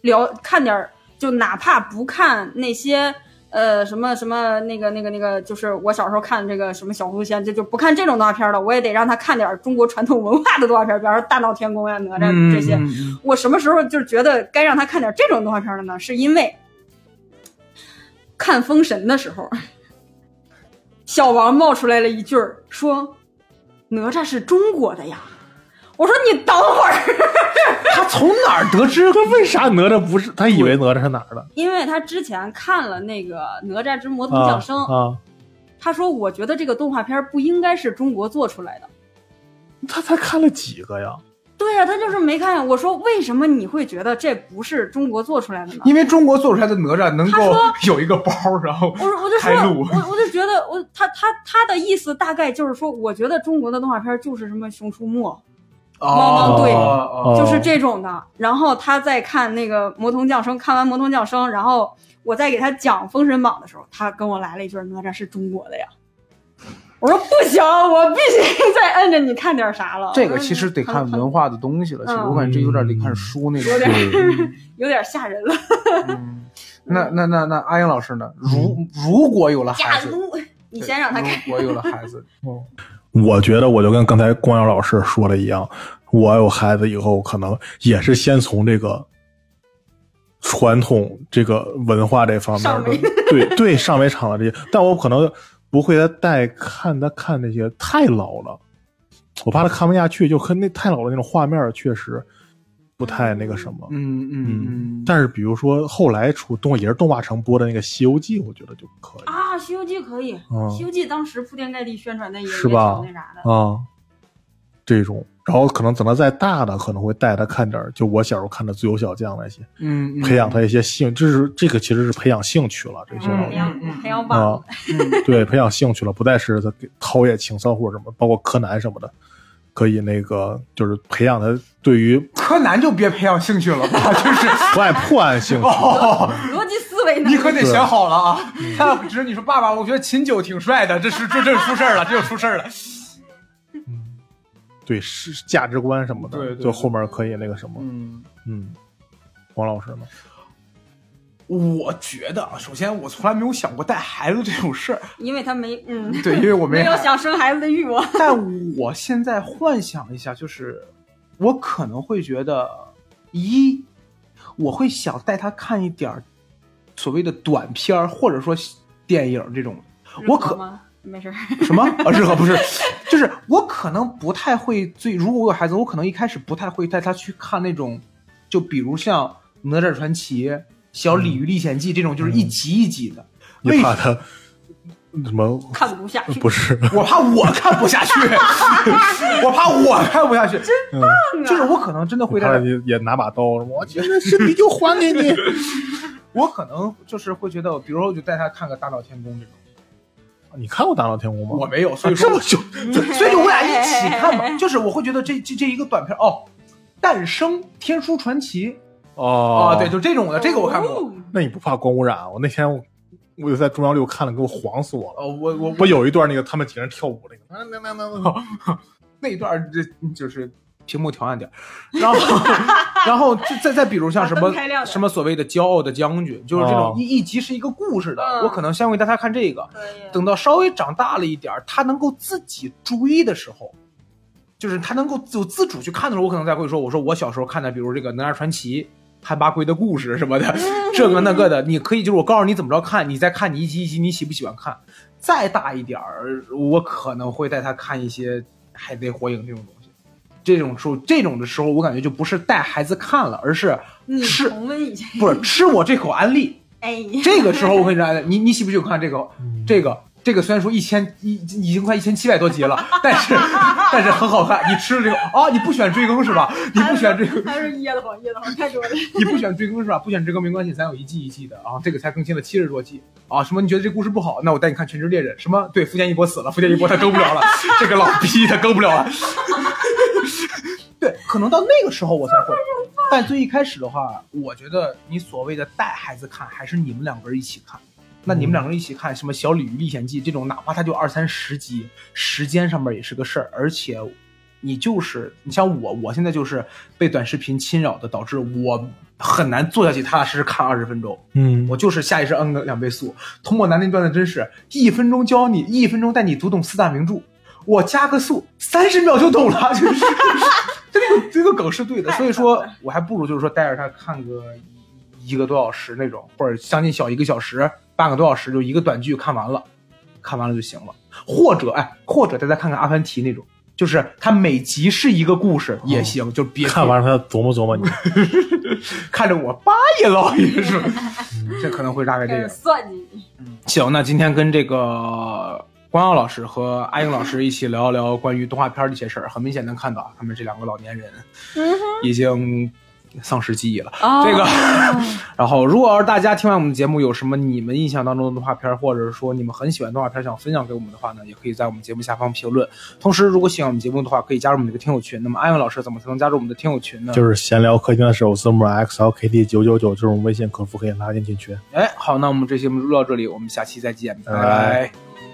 Speaker 3: 聊看点儿，就哪怕不看那些。呃，什么什么那个那个那个，就是我小时候看这个什么小狐仙，这就不看这种动画片了，我也得让他看点儿中国传统文化的动画片，比方说《大闹天宫》呀、哪吒
Speaker 1: 嗯
Speaker 3: 这些。
Speaker 1: 嗯嗯
Speaker 3: 我什么时候就觉得该让他看点这种动画片了呢？是因为看《封神》的时候，小王冒出来了一句儿说：“哪吒是中国的呀。”我说你等会儿，
Speaker 1: *laughs*
Speaker 3: *laughs*
Speaker 1: 他从哪儿得
Speaker 2: *laughs*
Speaker 1: 知？
Speaker 2: 那为啥哪吒不是？他以为哪吒是哪儿的？
Speaker 3: 因为他之前看了那个《哪吒之魔童
Speaker 2: 啊
Speaker 3: 降生》
Speaker 2: 啊，
Speaker 3: 他说我觉得这个动画片不应该是中国做出来的。
Speaker 2: 他才看了几个呀？
Speaker 3: 对呀、他就是没看。我说为什么你会觉得这不是中国做出来的呢？
Speaker 1: 因为中国做出来的哪吒能
Speaker 3: 啊他
Speaker 1: 够
Speaker 3: 说
Speaker 1: 有一个包，然后
Speaker 3: 我说我就说，
Speaker 1: 开路
Speaker 3: 我我就觉得我他他他的意思大概就是说，我觉得中国的动画片就是什么《熊出没汪汪队
Speaker 1: 哦》，
Speaker 2: 哦
Speaker 3: 就是这种的。然后他再看那个《魔童降生》，看完《魔童降生》，然后我再给他讲《封神榜》的时候，他跟我来了一句：“哪吒是中国的呀。”我说不行，我必须再摁着你看点啥了。
Speaker 1: 这个其实得看
Speaker 3: 很很
Speaker 1: 文化的东西了，其实
Speaker 3: 嗯
Speaker 1: 我感觉这有点得看书那种。
Speaker 3: 有点
Speaker 2: 是
Speaker 3: 有点吓人了。
Speaker 1: 嗯那那那那阿英老师呢？如
Speaker 2: 嗯
Speaker 1: 如果有了
Speaker 3: 假
Speaker 1: 孩子，
Speaker 3: 如你先让他看，
Speaker 1: 如果有了孩
Speaker 2: *laughs*
Speaker 1: 子，
Speaker 2: 哦我觉得我就跟刚才光阳老师说的一样，我有孩子以后，可能也是先从这个传统这个文化这方面
Speaker 3: 上位
Speaker 2: 的，对
Speaker 1: *laughs*
Speaker 2: 对上围场的这些，但我可能不会带看他看那些太老了，我怕他看不下去，就和那太老了那种画面确实不太那个什么。
Speaker 1: 嗯嗯嗯，
Speaker 2: 但是比如说后来出动也是动画城播的那个《西游记》，我觉得就可以
Speaker 3: 啊，《西游记》可以，
Speaker 2: 嗯
Speaker 3: 西游记》当时铺天盖地宣传的也
Speaker 2: 是吧
Speaker 3: 也挺那啥的。
Speaker 2: 啊。这种。然后可能等他再大的，可能会带他看点儿就我小时候看的《自由小将》那些，
Speaker 1: 嗯，嗯
Speaker 2: 培养他一些兴，这是这个其实是培养兴趣了，这些
Speaker 1: 嗯
Speaker 3: 培养培养网
Speaker 2: 啊，对，培养兴趣了，不再是他给陶冶情操或者什么，包括柯南什么的，可以那个就是培养他对于
Speaker 1: 柯南就别培养兴趣了
Speaker 2: *laughs*
Speaker 1: 吧，就是。
Speaker 2: 不爱破案兴趣。
Speaker 1: 哦，
Speaker 3: 逻辑思维呢
Speaker 1: 你？可得想好了啊！
Speaker 2: 嗯
Speaker 1: 他要只是你说爸爸，我觉得秦九挺帅的，这是这这出事儿了，这就出事儿了。
Speaker 2: 对是价值观什么的，
Speaker 1: 对对
Speaker 2: 就后面可以那个什么，
Speaker 1: 嗯，
Speaker 2: 嗯，黄老师呢？
Speaker 1: 我觉得啊，首先我从来没有想过带孩子这种事儿，
Speaker 3: 因为他没嗯，
Speaker 1: 对，因为我没
Speaker 3: 没有
Speaker 1: 孩子
Speaker 3: 想生孩子的欲望。
Speaker 1: 但我现在幻想一下，就是我可能会觉得，一，我会想带他看一点儿所谓的短片儿，或者说电影这种。我
Speaker 3: 日
Speaker 1: 可
Speaker 3: 本吗没事儿，
Speaker 1: 什么啊？日和不是， *laughs* 就是我可能不太会最，如果我有孩子，我可能一开始不太会带他去看那种，就比如像《哪吒传奇》《小鲤鱼历险记》这种，就是一集一集的。为
Speaker 2: 你怕他什么？
Speaker 3: 看不下去。
Speaker 2: 不是，
Speaker 1: 我怕我看不下去，我怕我看不下去，
Speaker 2: 嗯
Speaker 3: 啊
Speaker 1: 就是我可能真的会
Speaker 2: 你
Speaker 1: 带
Speaker 2: 怕
Speaker 1: 他
Speaker 2: 你也拿把刀，我今天身体就还
Speaker 1: *laughs*
Speaker 2: 给你。
Speaker 1: 我可能就是会觉得，比如说我就带他看个《大闹天宫》这种，啊
Speaker 2: 你看过《大闹天宫》吗？
Speaker 1: 我没有，所以
Speaker 2: 这
Speaker 1: 说 *laughs*
Speaker 2: 么，久，
Speaker 1: 所以就我俩一起看嘛，就是我会觉得这这这一个短片哦，《诞生天书传奇》
Speaker 2: 哦
Speaker 1: 啊，对，就这种的，这个我看过。
Speaker 3: 哦
Speaker 2: 那你不怕光污染啊？我那天我我就在中央六看了，给我黄死我了。
Speaker 1: 哦，我我
Speaker 2: 不有一段那个他们几个人跳舞那个，那那那那，
Speaker 1: 那一段儿这嗯就是屏幕调暗点儿，然后然后就再再比如像什
Speaker 3: 把
Speaker 1: 么
Speaker 3: 灯开亮点
Speaker 1: 什么所谓的骄傲的将军，就是这种
Speaker 2: 哦
Speaker 1: 一一集是一个故事的，
Speaker 3: 嗯
Speaker 1: 我可能先会带他看这个，
Speaker 3: 可以
Speaker 1: 等到稍微长大了一点儿，他能够自己追的时候，就是他能够有自主去看的时候，我可能才会说，我说我小时候看的，比如这个《哪吒传奇》。潘八龟的故事什么的， *laughs* 这个那个的，你可以就是我告诉你怎么着看，你再看你一集一集你喜不喜欢看。再大一点儿，我可能会带他看一些《海贼火影》这种东西。这种时候，这种的时候，我感觉就不是带孩子看了，而是
Speaker 3: 你
Speaker 1: 是
Speaker 3: 重温以前。
Speaker 1: 不是吃我这口安利。
Speaker 3: 哎， *laughs*
Speaker 1: 这个时候我跟你说，你你喜不喜欢看这个？这个这个虽然说一千一已经快一千七百多集了，但是但是很好看。你吃了这个啊，你不喜欢追更是吧？你不喜欢追更， *laughs*
Speaker 3: 他说噎得慌，噎得慌，太多了。
Speaker 1: 你不喜欢追更是吧？不喜欢追更没关系，咱有一季一季的啊，这个才更新了七十多季啊。什么你觉得这故事不好？那我带你看《全职猎人》。什么对福建一博死了，福建一博他更不了了，这个老逼他更不了了。对，可能到那个时候我才会。但最一开始的话，我觉得你所谓的带孩子看，还是你们两个人一起看。那你们两个人一起看什么《小鲤鱼历险记》这种，哪怕它就二三十集，时间上面也是个事儿。而且，你就是你像我，我现在就是被短视频侵扰的，导致我很难坐下去踏踏实实看二十分钟。
Speaker 2: 嗯
Speaker 1: 我就是下意识摁个两倍速。通过南那段的真是一分钟教你，一分钟带你读懂四大名著，我加个速，三十秒就懂了， *laughs* 就是这个这个梗是对的。所以说我还不如就是说带着他看个一一个多小时那种，或者将近小一个小时、半个多小时，就一个短剧看完了，看完了就行了。或者哎，或者带他看看《阿凡提》那种。就是他每集是一个故事也行，就别
Speaker 2: 哦看完了他琢磨琢 *laughs* 磨你，
Speaker 1: 看着我八爷老爷是吧，嗯这可能会大概这
Speaker 3: 开
Speaker 1: 样
Speaker 3: 始。算计，
Speaker 1: 行，那今天跟这个光耀老师和阿英老师一起聊一聊关于动画片儿的一些事儿。很明显能看到啊，他们这两个老年人已经丧失记忆了。
Speaker 3: 哦
Speaker 1: 这个， *laughs* 然后如果要是大家听完我们的节目有什么你们印象当中的动画片儿，或者是说你们很喜欢动画片儿想分享给我们的话呢，也可以在我们节目下方评论。同时，如果喜欢我们节目的话，可以加入我们的听友群。那么，阿英老师怎么才能加入我们的听友群呢？
Speaker 2: 就是闲聊客厅的首字母 X L K T 九九九这种微信客服可以拉进进群。
Speaker 1: 哎，好，那我们这期节目就到这里，我们下期再见，拜
Speaker 2: 拜
Speaker 1: 拜
Speaker 2: 拜